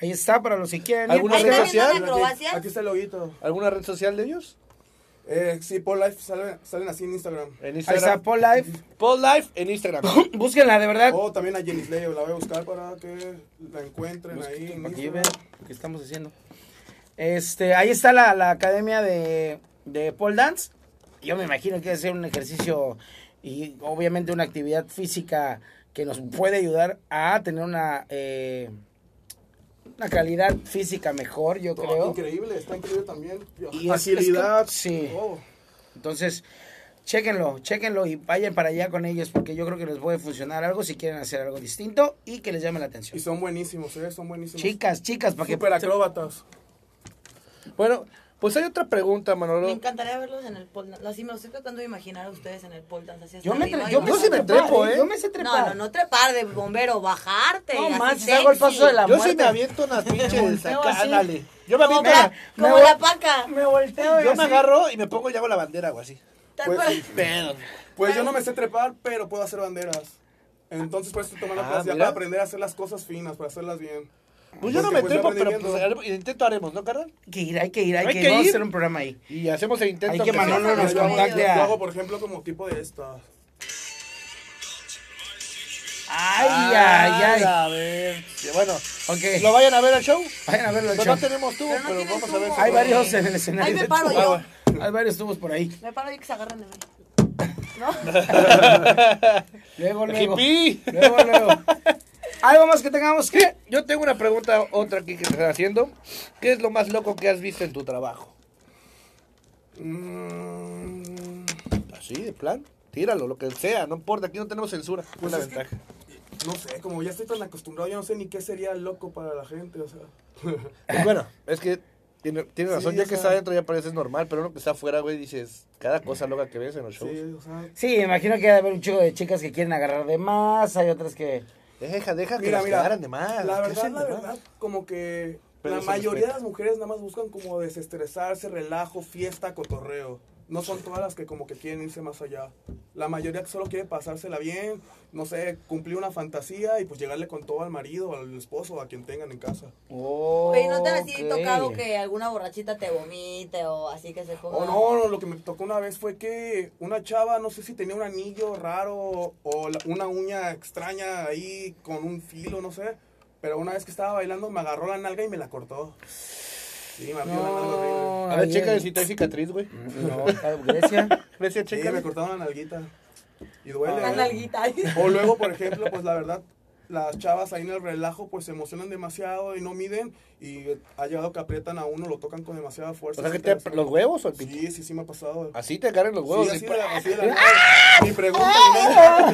Speaker 2: Ahí está para los que quieran. ir.
Speaker 4: ¿Alguna
Speaker 2: Ahí
Speaker 4: red
Speaker 2: está.
Speaker 3: también social?
Speaker 5: Aquí-
Speaker 3: acrobacias?
Speaker 5: Aquí está el loguito.
Speaker 4: ¿Alguna red social de ellos?
Speaker 5: Eh, sí, Paul Life salen, salen así en Instagram.
Speaker 4: En
Speaker 2: Ahí
Speaker 4: Instagram.
Speaker 2: está Pole Life.
Speaker 4: Paul Life en Instagram.
Speaker 2: Búsquenla, de verdad.
Speaker 5: O también a Jenny Slayer, la voy a buscar para que la encuentren ahí. en
Speaker 2: Para que
Speaker 5: Instagram.
Speaker 2: vean lo que estamos haciendo. Este, ahí está la, la academia de, de pole dance. Yo me imagino que debe ser un ejercicio y obviamente una actividad física que nos puede ayudar a tener una, eh, una calidad física mejor, yo creo.
Speaker 5: Increíble, está increíble también.
Speaker 2: Y es-
Speaker 5: Agilidad.
Speaker 2: es que- sí.
Speaker 5: Oh,
Speaker 2: Entonces, chéquenlo, chéquenlo y vayan para allá con ellos porque yo creo que les puede funcionar algo si quieren hacer algo distinto y que les llame la
Speaker 5: y
Speaker 2: atención.
Speaker 5: son buenísimos, ¿eh? Son buenísimos.
Speaker 2: Chicas, chicas, para que...
Speaker 5: Super acróbatas.
Speaker 4: Bueno, pues hay otra pregunta,
Speaker 3: Me
Speaker 4: Manolo.
Speaker 3: encantaría verlos en el pole dance. Así me lo estoy tratando de imaginar a ustedes en el pole dance. Así hasta
Speaker 2: Yo me,
Speaker 3: arriba
Speaker 2: tre-
Speaker 3: y
Speaker 2: yo me
Speaker 3: bajar.
Speaker 4: Yo sí me
Speaker 2: trepar,
Speaker 4: trepo, ¿eh?
Speaker 2: Yo me sé trepar.
Speaker 3: No, no, no trepar de bombero, bajarte.
Speaker 2: No
Speaker 3: así
Speaker 2: manches, hago el
Speaker 3: sexy.
Speaker 2: paso de la-
Speaker 6: Yo
Speaker 2: muerte.
Speaker 6: sí me aviento unas pinches
Speaker 2: volteo
Speaker 6: acá,
Speaker 2: así.
Speaker 6: dale.
Speaker 4: Yo me
Speaker 3: Como
Speaker 4: aviento,
Speaker 3: la,
Speaker 2: me
Speaker 3: como
Speaker 2: voy-
Speaker 3: la paca.
Speaker 2: Me volteo y
Speaker 4: yo me
Speaker 2: así.
Speaker 4: agarro y me pongo y hago la bandera o así.
Speaker 3: Tal
Speaker 5: Pues,
Speaker 3: cual.
Speaker 4: Pero.
Speaker 5: Pues yo no me sé trepar, pero puedo hacer banderas. Entonces, por eso estoy tomando
Speaker 4: Ah,
Speaker 5: clase ya
Speaker 4: mira.
Speaker 5: para aprender a hacer las cosas finas, para hacerlas bien.
Speaker 4: Pues yo no
Speaker 5: Porque,
Speaker 4: me
Speaker 5: pues,
Speaker 4: trepo,
Speaker 5: yo aprendí
Speaker 4: pero pues,
Speaker 5: viendo.
Speaker 4: haremos- el intento haremos, ¿no, carnal?
Speaker 2: Hay que ir, hay que ir, hay,
Speaker 4: Hay
Speaker 2: que,
Speaker 4: que
Speaker 2: ir. Vamos a
Speaker 4: ir.
Speaker 2: hacer un programa ahí.
Speaker 4: Y hacemos el intento.
Speaker 2: Hay que
Speaker 4: aunque sea.
Speaker 2: Manolo nos
Speaker 5: Yo hago-
Speaker 2: contacte
Speaker 5: Yo
Speaker 2: a...
Speaker 5: hago, por ejemplo, como tipo de estas.
Speaker 2: Ay, ay, ay.
Speaker 4: A ver. Bueno, lo
Speaker 2: Ok,
Speaker 4: vayan a ver al show.
Speaker 2: vayan a verlo al
Speaker 4: Pues
Speaker 2: show.
Speaker 4: no tenemos tubo,
Speaker 3: Pero no
Speaker 4: pero,
Speaker 3: tienen
Speaker 4: vamos a ver.
Speaker 3: tubo.
Speaker 2: Hay varios en el
Speaker 3: Ahí
Speaker 2: escenario.
Speaker 3: me
Speaker 2: de
Speaker 3: paro
Speaker 2: tubo.
Speaker 3: yo.
Speaker 2: Hay varios tubos por ahí.
Speaker 3: Me paro y que se agarren de mí.
Speaker 2: Luego, luego.
Speaker 4: ¡Hippie!
Speaker 2: Luego, luego. ¿Algo más que tengamos que...?
Speaker 4: Yo tengo una pregunta, otra aquí que te están haciendo. ¿Qué es lo más loco que has visto en tu trabajo?
Speaker 5: Mm,
Speaker 4: Así, de plan. Tíralo, lo que sea, no importa, aquí no tenemos censura.
Speaker 5: Pues
Speaker 4: una
Speaker 5: es que-
Speaker 4: ventaja.
Speaker 5: no sé, como ya estoy tan acostumbrado, yo no sé ni qué sería loco para la gente, o sea.
Speaker 4: Pues bueno, es que tiene, tiene
Speaker 5: Sí,
Speaker 4: razón, ya
Speaker 5: o
Speaker 4: que
Speaker 5: sea.
Speaker 4: está adentro ya parece normal, pero uno que está afuera, güey, dices, cada cosa loca que ves en los shows.
Speaker 5: Sí, o sea.
Speaker 2: Sí, me imagino que debe haber un chico de chicas que quieren agarrar de más, hay otras que...
Speaker 4: Deja, deja que las cagaran de más.
Speaker 5: La
Speaker 4: que
Speaker 5: verdad,
Speaker 4: hacen
Speaker 5: la
Speaker 4: de más.
Speaker 5: verdad, como que
Speaker 4: Pero
Speaker 5: la
Speaker 4: se
Speaker 5: mayoría de
Speaker 4: respeta.
Speaker 5: las mujeres nada más buscan como desestresarse, relajo, fiesta, cotorreo. No son todas las que como que quieren irse más allá. La mayoría que solo quiere pasársela bien, no sé, cumplir una fantasía y pues llegarle con todo al marido, al esposo, o a quien tengan en casa.
Speaker 3: Oye, ¿no te han así
Speaker 2: Ok.
Speaker 3: tocado que alguna borrachita te vomite o así que se ponga?
Speaker 2: Oh,
Speaker 5: O no, no, lo que me tocó una vez fue que una chava, no sé si tenía un anillo raro o la- una uña extraña ahí con un filo, no sé. Pero una vez que estaba bailando me agarró la nalga y me la cortó. Sí, me abrió la nalga horrible.
Speaker 2: No,
Speaker 4: A ver,
Speaker 2: ahí
Speaker 4: checa
Speaker 2: en-
Speaker 4: si trae cicatriz, güey.
Speaker 2: No, claro, Grecia.
Speaker 4: Grecia,
Speaker 5: Sí,
Speaker 4: checa.
Speaker 5: me cortaron la nalguita. Y duele.
Speaker 3: La
Speaker 5: ¿eh?
Speaker 3: nalguita.
Speaker 5: O luego, por ejemplo, pues la verdad, las chavas ahí en el relajo pues se emocionan demasiado y no miden y ha llegado que aprietan a uno, lo tocan con demasiada fuerza.
Speaker 4: O sea,
Speaker 5: Sí,
Speaker 4: que te
Speaker 5: interesante.
Speaker 4: los huevos o el pito.
Speaker 5: Sí, sí, sí me ha pasado.
Speaker 4: Así te agarran los huevos.
Speaker 5: Sí,
Speaker 4: y
Speaker 5: así
Speaker 4: pa-
Speaker 5: de- así ¡Ah! de la nada. Mi pregunta es,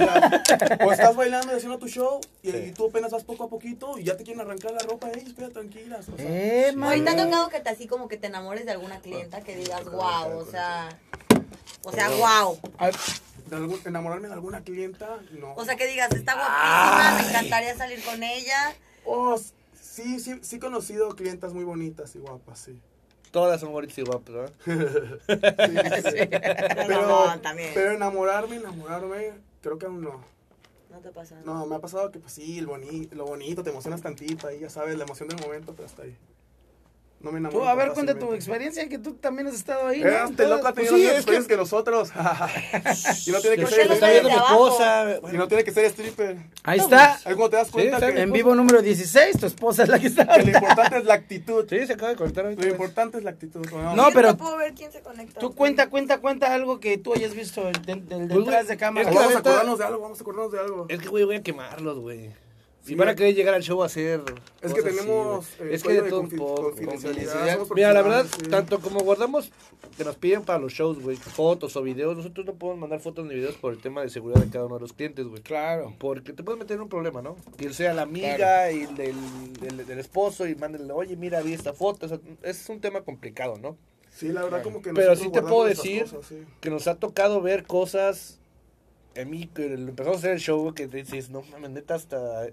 Speaker 5: ¿no? o estás bailando y haciendo tu show y, y tú apenas vas poco a poquito y ya te quieren arrancar la ropa, ey, espera, tranquilas. o sea.
Speaker 4: Eh,
Speaker 3: Ahorita te ha
Speaker 4: mami.
Speaker 3: tocado que te, así como que te enamores de alguna clienta que digas, wow, o sea, o sea, wow.
Speaker 5: Ay, de algún- enamorarme de alguna clienta, no.
Speaker 3: O sea, que digas, está guapísima, me encantaría salir con ella.
Speaker 5: Oh, sí, sí, sí he conocido clientas muy bonitas y guapas, sí.
Speaker 4: Todas son bonitas y guapas, pues, ¿verdad?
Speaker 5: Sí, sí, sí. Pero,
Speaker 3: no, también.
Speaker 5: pero enamorarme, enamorarme, creo que aún no.
Speaker 3: No te pasa nada.
Speaker 5: No, me ha pasado que pues sí, el boni- lo bonito, te emocionas tantito ahí, ya sabes, la emoción del momento, pero hasta ahí. No me enamoro.
Speaker 2: Tú, a ver,
Speaker 5: tan
Speaker 2: cuenta tu
Speaker 5: fácilmente.
Speaker 2: experiencia, que tú también has estado ahí.
Speaker 5: Eh,
Speaker 2: ¿no?
Speaker 5: Este loco ha
Speaker 2: Pues
Speaker 5: tenido
Speaker 2: sí,
Speaker 5: más
Speaker 2: es que-
Speaker 5: experiencia que nosotros. y no tiene que
Speaker 4: Pues
Speaker 3: ya
Speaker 5: ser
Speaker 3: lo
Speaker 4: está viendo mi
Speaker 3: desde abajo.
Speaker 4: esposa.
Speaker 5: Y
Speaker 4: Bueno,
Speaker 5: no tiene que ser stripper.
Speaker 2: Ahí está,
Speaker 5: Ahí cuando te das cuenta
Speaker 4: Sí,
Speaker 5: que,
Speaker 2: en vivo número 16, tu esposa es la que está.
Speaker 5: que lo importante es la actitud.
Speaker 4: sí, pues. se acaba de cortar ahorita.
Speaker 5: Lo importante es la actitud. No,
Speaker 2: No,
Speaker 3: Yo
Speaker 2: pero-
Speaker 3: puedo ver quién se conecta.
Speaker 2: Tú cuenta, cuenta, cuenta algo que tú hayas visto del, del
Speaker 4: Pues,
Speaker 2: detrás
Speaker 4: güey,
Speaker 2: de cámara.
Speaker 4: es que la
Speaker 5: vamos a
Speaker 4: neta-
Speaker 5: acordarnos de algo, vamos a acordarnos de algo.
Speaker 4: Es que, güey, voy a quemarlos, güey.
Speaker 5: Sí,
Speaker 4: y van a
Speaker 5: güey.
Speaker 4: querer llegar al show a hacer.
Speaker 5: Es
Speaker 4: cosas
Speaker 5: que
Speaker 4: así,
Speaker 5: tenemos,
Speaker 4: güey.
Speaker 5: eh,
Speaker 4: es que de
Speaker 5: código de
Speaker 4: todo un
Speaker 5: confi-
Speaker 4: poco.
Speaker 5: confidencialidad,
Speaker 4: confidencialidad.
Speaker 5: somos
Speaker 4: Mira, la verdad,
Speaker 5: profesionales, sí.
Speaker 4: tanto como guardamos que nos piden para los shows, güey, fotos o videos, nosotros no podemos mandar fotos ni videos por el tema de seguridad de cada uno de los clientes, güey.
Speaker 2: Claro.
Speaker 4: Porque te puedes meter en un problema, ¿no? Que sea la amiga y el del, del- del esposo y mándenle, oye, mira, vi esta foto. o sea, es un tema complicado, ¿no?
Speaker 5: Sí, la verdad como que
Speaker 4: Pero
Speaker 5: nosotros
Speaker 4: sí te
Speaker 5: guardamos
Speaker 4: puedo
Speaker 5: nuestras
Speaker 4: decir
Speaker 5: cosas, sí.
Speaker 4: que nos ha tocado ver cosas. En mí, que lo empezamos a hacer el show, que dices, no mames, neta, hasta.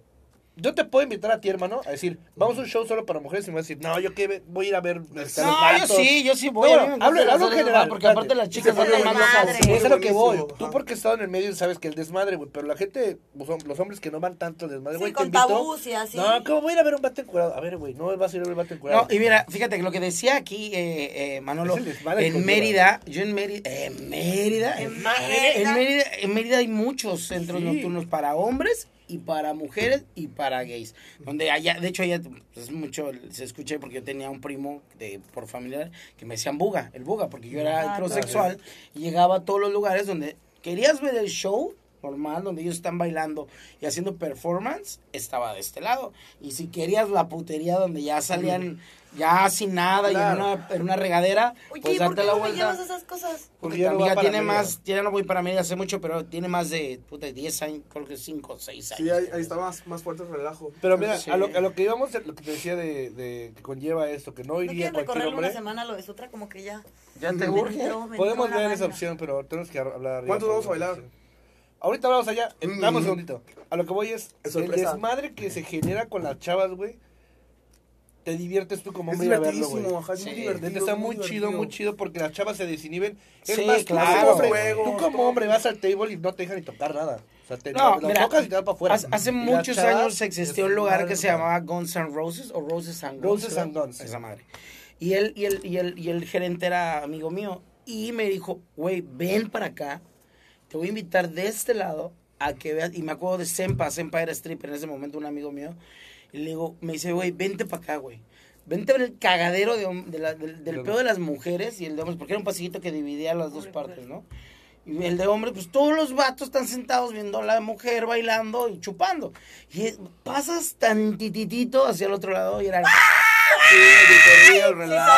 Speaker 4: Yo te puedo invitar a ti, hermano, a decir, vamos a un show solo para mujeres y me vas a decir, no, yo que voy a ir a ver.
Speaker 5: No,
Speaker 2: No, yo sí, yo sí voy.
Speaker 4: No,
Speaker 2: a mí me
Speaker 4: bueno, hablo-
Speaker 2: encanta hacer
Speaker 4: hablo en
Speaker 2: desmadre,
Speaker 4: general,
Speaker 2: Porque aparte
Speaker 4: espérate.
Speaker 2: las chicas
Speaker 3: Sí,
Speaker 2: son las más
Speaker 3: desmadre.
Speaker 2: locas.
Speaker 4: Es a lo que voy.
Speaker 5: buenísimo,
Speaker 4: Tú
Speaker 5: ajá.
Speaker 4: porque has estado en el medio sabes que el desmadre, güey, pero la gente, los hom- los hombres que no van tanto al desmadre,
Speaker 3: Sí,
Speaker 4: güey,
Speaker 3: con
Speaker 4: te invito.
Speaker 3: tabús y así.
Speaker 4: No, ¿cómo voy a ir a ver un bate curado? A ver, güey, no vas a ir a ver un bate curado.
Speaker 2: No, y mira, fíjate que lo que decía aquí eh, eh, Manolo,
Speaker 4: Es el desmadre
Speaker 2: en
Speaker 4: con
Speaker 2: Mérida, yo en Mérida, en Mérida, en
Speaker 3: En
Speaker 2: Mérida,
Speaker 3: Mérida.
Speaker 2: en Mérida, en Mérida hay muchos centros
Speaker 4: Sí.
Speaker 2: nocturnos para hombres y para mujeres y para gays, donde allá, de hecho allá es mucho, se escucha porque yo tenía un primo de, por familiar que me decían buga, el buga, porque yo era
Speaker 3: Ah, claro.
Speaker 2: heterosexual y llegaba a todos los lugares donde querías ver el show normal donde ellos están bailando y haciendo performance estaba de este lado y si querías la putería donde ya salían ya sin nada y en una, en una regadera
Speaker 3: Oye,
Speaker 2: pues
Speaker 3: ¿por
Speaker 2: darte
Speaker 3: qué
Speaker 2: la
Speaker 3: no me
Speaker 2: vuelta
Speaker 3: llevas esas cosas?
Speaker 2: porque
Speaker 4: Porque
Speaker 2: tu
Speaker 4: ya no va
Speaker 2: amiga
Speaker 4: para
Speaker 2: tiene
Speaker 4: Mérida.
Speaker 2: más ya no voy para Mérida hace mucho pero tiene más de puta, 10 años creo que 5 o 6 años
Speaker 5: Sí, ahí, ahí está más, más fuerte el relajo.
Speaker 4: Pero mira,
Speaker 2: Sí.
Speaker 4: a, lo, a lo que íbamos, lo que te decía de, de que conlleva esto, que no
Speaker 3: ¿No
Speaker 4: iría
Speaker 3: quieren
Speaker 4: cualquier
Speaker 3: recorrer una
Speaker 4: hombre.
Speaker 3: semana lo es otra? Como que ya.
Speaker 2: ya te
Speaker 3: Me
Speaker 2: urge
Speaker 3: entró- me
Speaker 4: Podemos
Speaker 3: entró la
Speaker 4: ver esa
Speaker 3: banda.
Speaker 4: opción, pero tenemos que ar- hablar. ya
Speaker 5: ¿Cuántos
Speaker 4: por
Speaker 5: vamos a
Speaker 4: otra
Speaker 5: bailar?
Speaker 4: opción. Ahorita vamos allá. Eh, Dame un
Speaker 5: Mm.
Speaker 4: segundito. A lo que voy es,
Speaker 5: Es
Speaker 4: el
Speaker 5: sorpresa.
Speaker 4: desmadre que se genera con las chavas, güey, te diviertes tú como
Speaker 5: Es
Speaker 4: hombre ir a verlo, güey.
Speaker 5: divertidísimo, ajá, es muy
Speaker 2: Sí.
Speaker 5: divertido.
Speaker 4: Neta, está
Speaker 5: es
Speaker 4: muy chido,
Speaker 5: divertido.
Speaker 4: muy chido porque las chavas se desinhiben. Es
Speaker 2: Sí,
Speaker 4: más, tú
Speaker 2: claro.
Speaker 4: como hombre,
Speaker 5: Juegos,
Speaker 4: tú como hombre vas al table y no te dejan ni tocar nada. O sea, te
Speaker 2: No,
Speaker 4: la
Speaker 2: mira,
Speaker 4: tocas y te vas para afuera.
Speaker 2: hace, hace
Speaker 4: Y las
Speaker 2: muchos
Speaker 4: chavas,
Speaker 2: años existió un
Speaker 4: es
Speaker 2: lugar
Speaker 4: madre,
Speaker 2: que se
Speaker 4: güey.
Speaker 2: llamaba Guns N' Roses o Roses and Guns.
Speaker 4: Roses and
Speaker 2: ¿verdad?
Speaker 4: Guns.
Speaker 2: Esa madre. Y él, y el, y el, y el gerente era amigo mío y me dijo, güey, ven para acá, te voy a invitar de este lado a que veas, y me acuerdo de Sempa, Sempa era stripper en ese momento, un amigo mío, y le digo, me dice, güey, vente para acá, güey. Vente a ver el cagadero de hom- de la- del, del pedo de las mujeres y el de hombres, porque era un pasillito que dividía las dos partes, ¿no? Y el de hombre, pues todos los vatos están sentados viendo a la mujer bailando y chupando. Y eh, pasas tantititito hacia el otro lado y era...
Speaker 5: Sí, divertido, el relajo.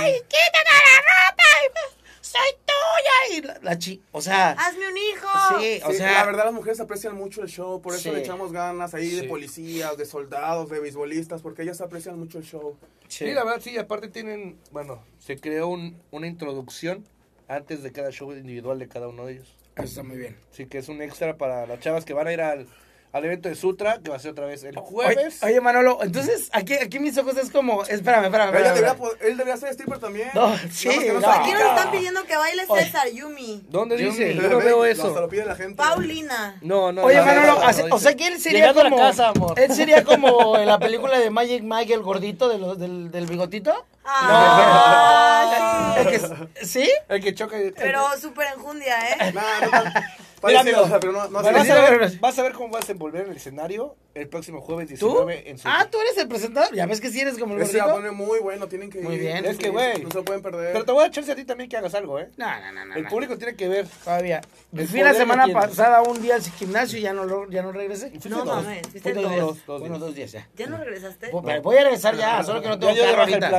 Speaker 2: ¡Ay, quítate la ropa! ¡Soy tuya! Ah, Y la, la chi... O sea...
Speaker 3: ¡Hazme un hijo!
Speaker 2: sí, o
Speaker 5: Sí,
Speaker 2: sea...
Speaker 5: la verdad las mujeres aprecian mucho el show, por eso
Speaker 2: Sí.
Speaker 5: le echamos ganas ahí
Speaker 4: Sí.
Speaker 5: de policías, de soldados, de beisbolistas, porque ellas aprecian mucho el show.
Speaker 2: sí.
Speaker 4: Sí. la verdad, sí. Aparte tienen, bueno, se creó un- una introducción antes de cada show individual de cada uno de ellos.
Speaker 2: Eso está muy bien.
Speaker 4: Así que es un extra para las chavas que van a ir al, al evento de Sutra, que va a ser otra vez el
Speaker 2: Oye,
Speaker 4: jueves.
Speaker 2: oye, Manolo, entonces aquí, aquí mis ojos es como... Espérame, espérame,
Speaker 5: Ella
Speaker 2: espérame.
Speaker 5: debería
Speaker 2: espérame.
Speaker 5: po- él debería ser stripper también.
Speaker 2: No,
Speaker 5: Nada más
Speaker 2: sí,
Speaker 5: que
Speaker 2: no.
Speaker 5: sabe.
Speaker 3: Aquí nos están pidiendo que baile
Speaker 2: Oye.
Speaker 3: César Yumi.
Speaker 4: ¿Dónde
Speaker 2: Dios
Speaker 4: dice?
Speaker 2: mío.
Speaker 4: Yo no veo
Speaker 5: Hasta lo
Speaker 4: eso.
Speaker 5: pide la gente.
Speaker 3: Paulina.
Speaker 4: No, no.
Speaker 2: Oye,
Speaker 4: no, no,
Speaker 2: Manolo,
Speaker 4: no, no,
Speaker 2: hace-
Speaker 4: no
Speaker 2: o sea
Speaker 4: dice.
Speaker 2: que él sería
Speaker 4: Llegando a la
Speaker 2: como...
Speaker 4: casa, amor.
Speaker 2: Él sería como en la película de Magic Mike, el gordito de lo- del, del bigotito.
Speaker 3: Ah, sí.
Speaker 2: El que- ¿Sí?
Speaker 3: Ah,
Speaker 4: El que choca.
Speaker 3: Pero súper enjundia, ¿eh?
Speaker 5: Nah, no, tan-
Speaker 4: Parece,
Speaker 2: Mira,
Speaker 4: o sea, pero no, no
Speaker 2: Bueno,
Speaker 4: vas,
Speaker 2: sí,
Speaker 4: a
Speaker 2: no, no,
Speaker 4: ver,
Speaker 2: no.
Speaker 4: vas a ver cómo vas a envolver el escenario el próximo jueves
Speaker 2: ¿Tú?
Speaker 4: 19 en su.
Speaker 2: Ah, tú eres el presentador. Ya ves que sí eres como el
Speaker 5: Ese se va a
Speaker 2: gordito.
Speaker 5: poner muy bueno, tienen que ir.
Speaker 2: Muy bien.
Speaker 5: tienen
Speaker 4: Es que, güey.
Speaker 5: ir, No se lo pueden perder.
Speaker 4: Pero te voy a echarse a ti también que hagas algo, ¿eh?
Speaker 2: No, no, no, no.
Speaker 4: El
Speaker 2: no.
Speaker 4: público tiene que ver.
Speaker 2: Todavía.
Speaker 4: El
Speaker 2: Fui la
Speaker 4: poder
Speaker 2: semana
Speaker 4: lo tienes.
Speaker 2: pasada un día al gimnasio y ya no, lo- ya no regresé.
Speaker 4: Fuiste
Speaker 3: No
Speaker 4: dos.
Speaker 3: mames, fuiste
Speaker 2: Fui
Speaker 3: dos.
Speaker 4: dos. dos
Speaker 2: Bueno,
Speaker 4: días.
Speaker 2: dos días ya.
Speaker 3: ¿Ya no regresaste?
Speaker 2: Voy, voy a regresar ya, solo que no tengo
Speaker 4: Ya, ya
Speaker 2: carro
Speaker 4: le
Speaker 2: ahorita.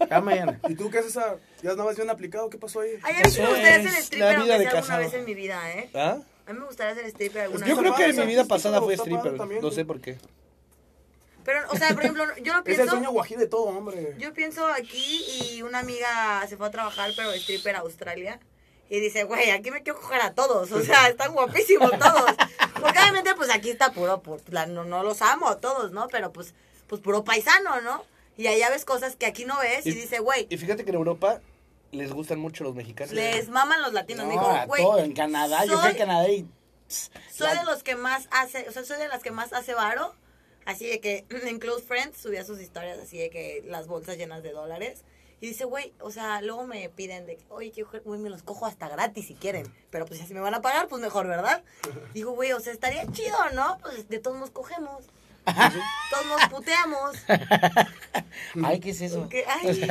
Speaker 4: bajé
Speaker 2: Ya mañana.
Speaker 5: ¿Y tú qué haces? A... ¿Ya andabas bien aplicado? ¿Qué pasó ahí?
Speaker 3: Ay, a mí sí me
Speaker 4: Eso
Speaker 3: gustaría hacer
Speaker 4: es
Speaker 3: el stripper
Speaker 4: la
Speaker 3: aunque
Speaker 4: vida de
Speaker 3: sea alguna
Speaker 4: casado.
Speaker 3: vez en mi vida, ¿eh?
Speaker 4: ¿Ah?
Speaker 3: A mí me gustaría hacer stripper alguna
Speaker 4: Yo
Speaker 5: Está
Speaker 3: vez.
Speaker 4: creo que
Speaker 5: padre,
Speaker 4: en mi
Speaker 5: está
Speaker 4: vida
Speaker 5: artístico,
Speaker 4: pasada fue
Speaker 5: está padre
Speaker 4: stripper.
Speaker 5: también.
Speaker 4: No sé por qué.
Speaker 3: Pero, o sea, por ejemplo, yo lo
Speaker 5: Es el sueño
Speaker 3: pienso...
Speaker 5: guají de todo, hombre.
Speaker 3: Yo pienso aquí y una amiga se fue a trabajar, pero stripper a Australia. Y dice, güey, aquí me quiero coger a todos. O sea, están guapísimos todos. Porque obviamente, pues aquí está puro, pues, la- no, no los amo a todos, ¿no? Pero pues, pues puro paisano, ¿no? Y allá ves cosas que aquí no ves y, dice, güey,
Speaker 4: Y fíjate que en Europa les gustan mucho los mexicanos.
Speaker 3: les maman los latinos.
Speaker 2: No,
Speaker 3: Me dijo,
Speaker 2: a
Speaker 3: güey.
Speaker 2: todo, en Canadá. Yo fui
Speaker 3: soy-
Speaker 2: a Canadá y.
Speaker 3: soy de los que más hace, o sea, soy de las que más hace varo. Así de que en Close Friends subía sus historias así de que las bolsas llenas de dólares. Y dice, güey, o sea, luego me piden de que, oye, que, güey, me los cojo hasta gratis si quieren. Pero pues si me van a pagar, pues mejor, ¿verdad? Digo, güey, o sea, estaría chido, ¿no? Pues de todos nos cogemos. Todos nos puteamos.
Speaker 2: Ay, ¿qué es eso?
Speaker 3: Que, ay,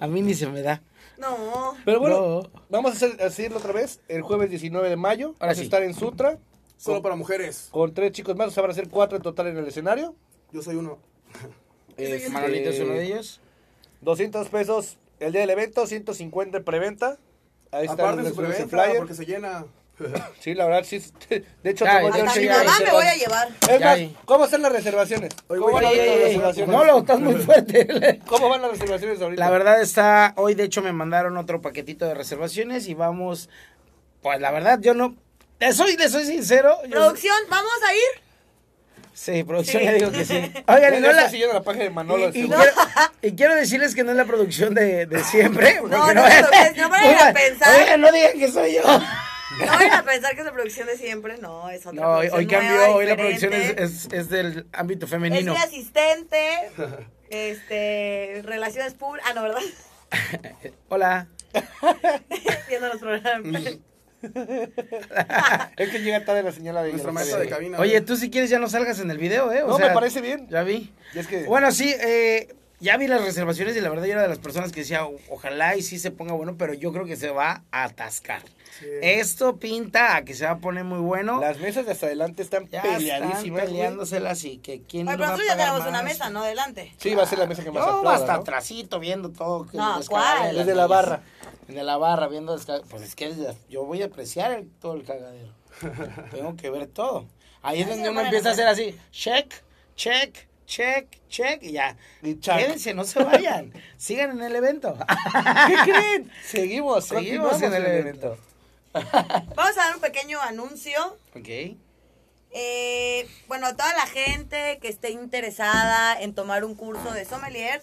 Speaker 2: a mí ni se me da.
Speaker 3: no.
Speaker 4: Pero bueno,
Speaker 2: No.
Speaker 4: vamos a hacer- a hacerlo otra vez el jueves 19 de mayo.
Speaker 2: Ahora
Speaker 4: Vamos a
Speaker 2: sí.
Speaker 4: estar en Sutra
Speaker 5: Solo para mujeres.
Speaker 4: con tres chicos más. O sea, van a ser cuatro en total en el escenario.
Speaker 5: Yo soy uno.
Speaker 4: Este,
Speaker 2: Manolito es uno de ellos.
Speaker 4: 200 pesos el día del evento, 150 en preventa. Ahí está
Speaker 5: Aparte
Speaker 4: el,
Speaker 5: de
Speaker 4: el
Speaker 5: su preventa,
Speaker 4: flyer.
Speaker 5: porque se llena.
Speaker 4: Sí, la verdad, sí. De hecho,
Speaker 2: Ya,
Speaker 4: tengo yo
Speaker 2: ya,
Speaker 3: Hasta
Speaker 4: ocho
Speaker 2: ya,
Speaker 3: mi
Speaker 4: ya
Speaker 3: mamá me
Speaker 4: reservadas.
Speaker 3: voy a llevar.
Speaker 4: Es
Speaker 2: Ya,
Speaker 4: más,
Speaker 2: ya.
Speaker 4: ¿cómo están las reservaciones?
Speaker 5: Oye,
Speaker 4: ¿Cómo van,
Speaker 5: güey,
Speaker 4: a
Speaker 5: ey,
Speaker 4: las
Speaker 5: ey, ey,
Speaker 4: reservaciones?
Speaker 2: No, lo estás muy fuerte.
Speaker 4: ¿Cómo van las reservaciones ahorita?
Speaker 2: La verdad está, hoy de hecho me mandaron otro paquetito de reservaciones y vamos, pues la verdad yo no, le soy, le soy sincero. yo-
Speaker 3: Producción, ¿vamos a ir?
Speaker 2: sí, producción
Speaker 3: Sí.
Speaker 2: ya digo que sí. Oigan, y, no
Speaker 4: no está
Speaker 2: la-
Speaker 4: siguiendo la página de Manolo.
Speaker 2: y- y
Speaker 4: seguro.
Speaker 2: quiero, y quiero decirles que no es la producción de, de siempre. porque
Speaker 3: no,
Speaker 2: vayan-
Speaker 3: no, no, no vayan a
Speaker 2: oigan,
Speaker 3: pensar.
Speaker 2: oigan, no digan que soy yo.
Speaker 3: No vayan a pensar que es la producción de siempre. No, es otra
Speaker 2: No, hoy,
Speaker 3: producción
Speaker 2: hoy cambió,
Speaker 3: nueva,
Speaker 2: hoy la producción es,
Speaker 3: diferente.
Speaker 2: es- es del ámbito
Speaker 3: Es
Speaker 2: femenino.
Speaker 3: mi asistente. Este, relaciones públicas. Ah, no, ¿verdad?
Speaker 2: Hola.
Speaker 3: Viendo los programas.
Speaker 4: Es que llega tarde la señal de
Speaker 5: Nuestra
Speaker 4: ella,
Speaker 5: maestra
Speaker 4: está
Speaker 5: de
Speaker 4: bien.
Speaker 5: cabina.
Speaker 2: Oye, tú si quieres ya no salgas en el video, ¿eh? O
Speaker 4: No,
Speaker 2: sea,
Speaker 4: me parece bien.
Speaker 2: Ya vi.
Speaker 4: Y es que-
Speaker 2: Bueno, sí, eh, ya vi las reservaciones y la verdad yo era de las personas que decía, "O- ojalá y sí se ponga bueno, pero yo creo que se va a atascar. Esto pinta a que se va a poner muy bueno.
Speaker 4: Las mesas de hasta adelante están
Speaker 2: ya
Speaker 4: peleadísimas.
Speaker 2: están
Speaker 4: güey.
Speaker 2: peleándoselas y que quién
Speaker 3: Oye,
Speaker 2: lo
Speaker 3: pero
Speaker 2: va a
Speaker 3: nosotros ya
Speaker 2: pagar
Speaker 3: tenemos una
Speaker 2: más.
Speaker 3: mesa, ¿no? Adelante.
Speaker 4: Sí, va a ser la mesa que más
Speaker 2: Yo
Speaker 4: aplauda,
Speaker 2: hasta
Speaker 4: ¿no?
Speaker 2: atrasito viendo todo. que
Speaker 3: No,
Speaker 2: el descagadero
Speaker 3: ¿cuál?
Speaker 4: Desde la
Speaker 2: niñas.
Speaker 4: barra.
Speaker 2: Desde la barra viendo desca- Pues es que es- yo voy a apreciar el- todo el cagadero. Tengo que ver todo. Ahí es
Speaker 3: Ay,
Speaker 2: donde
Speaker 3: no
Speaker 2: uno
Speaker 3: van a
Speaker 2: empieza a hacer
Speaker 3: hacer.
Speaker 2: así, check, check, check, check y ya.
Speaker 4: Y chac.
Speaker 2: Quédense, no se vayan. Sigan en el evento.
Speaker 4: ¿Qué creen? Seguimos,
Speaker 2: Seguimos
Speaker 4: seguimos
Speaker 2: en el evento.
Speaker 3: Vamos a dar un pequeño anuncio.
Speaker 2: Ok.
Speaker 3: Eh, bueno, a toda la gente que esté interesada en tomar un curso de sommeliers,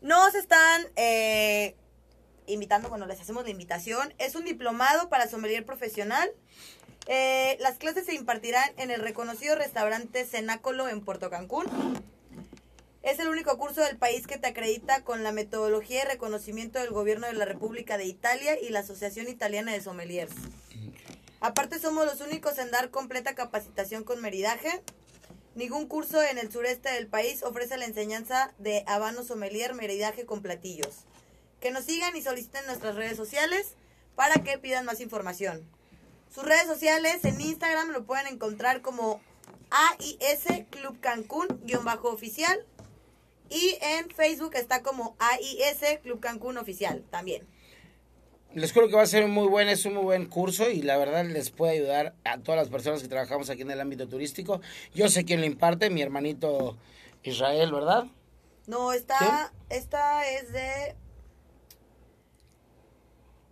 Speaker 3: nos están eh, invitando, bueno, les hacemos la invitación. Es un diplomado para sommelier profesional. Eh, las clases se impartirán en el reconocido restaurante Cenácolo en Puerto Cancún. Es el único curso del país que te acredita con la metodología y reconocimiento del gobierno de la República de Italia y la Asociación Italiana de Sommeliers. Aparte somos los únicos en dar completa capacitación con meridaje. Ningún curso en el sureste del país ofrece la enseñanza de habano sommelier, meridaje con platillos. Que nos sigan y soliciten nuestras redes sociales para que pidan más información. Sus redes sociales en Instagram lo pueden encontrar como AIS Club Cancún-oficial y en Facebook está como AIS Club Cancún Oficial también.
Speaker 2: Les juro que va a ser muy buen, es un muy buen curso y la verdad les puede ayudar a todas las personas que trabajamos aquí en el ámbito turístico. Yo sé quién lo imparte, mi hermanito Israel, ¿verdad?
Speaker 3: No, esta, esta es de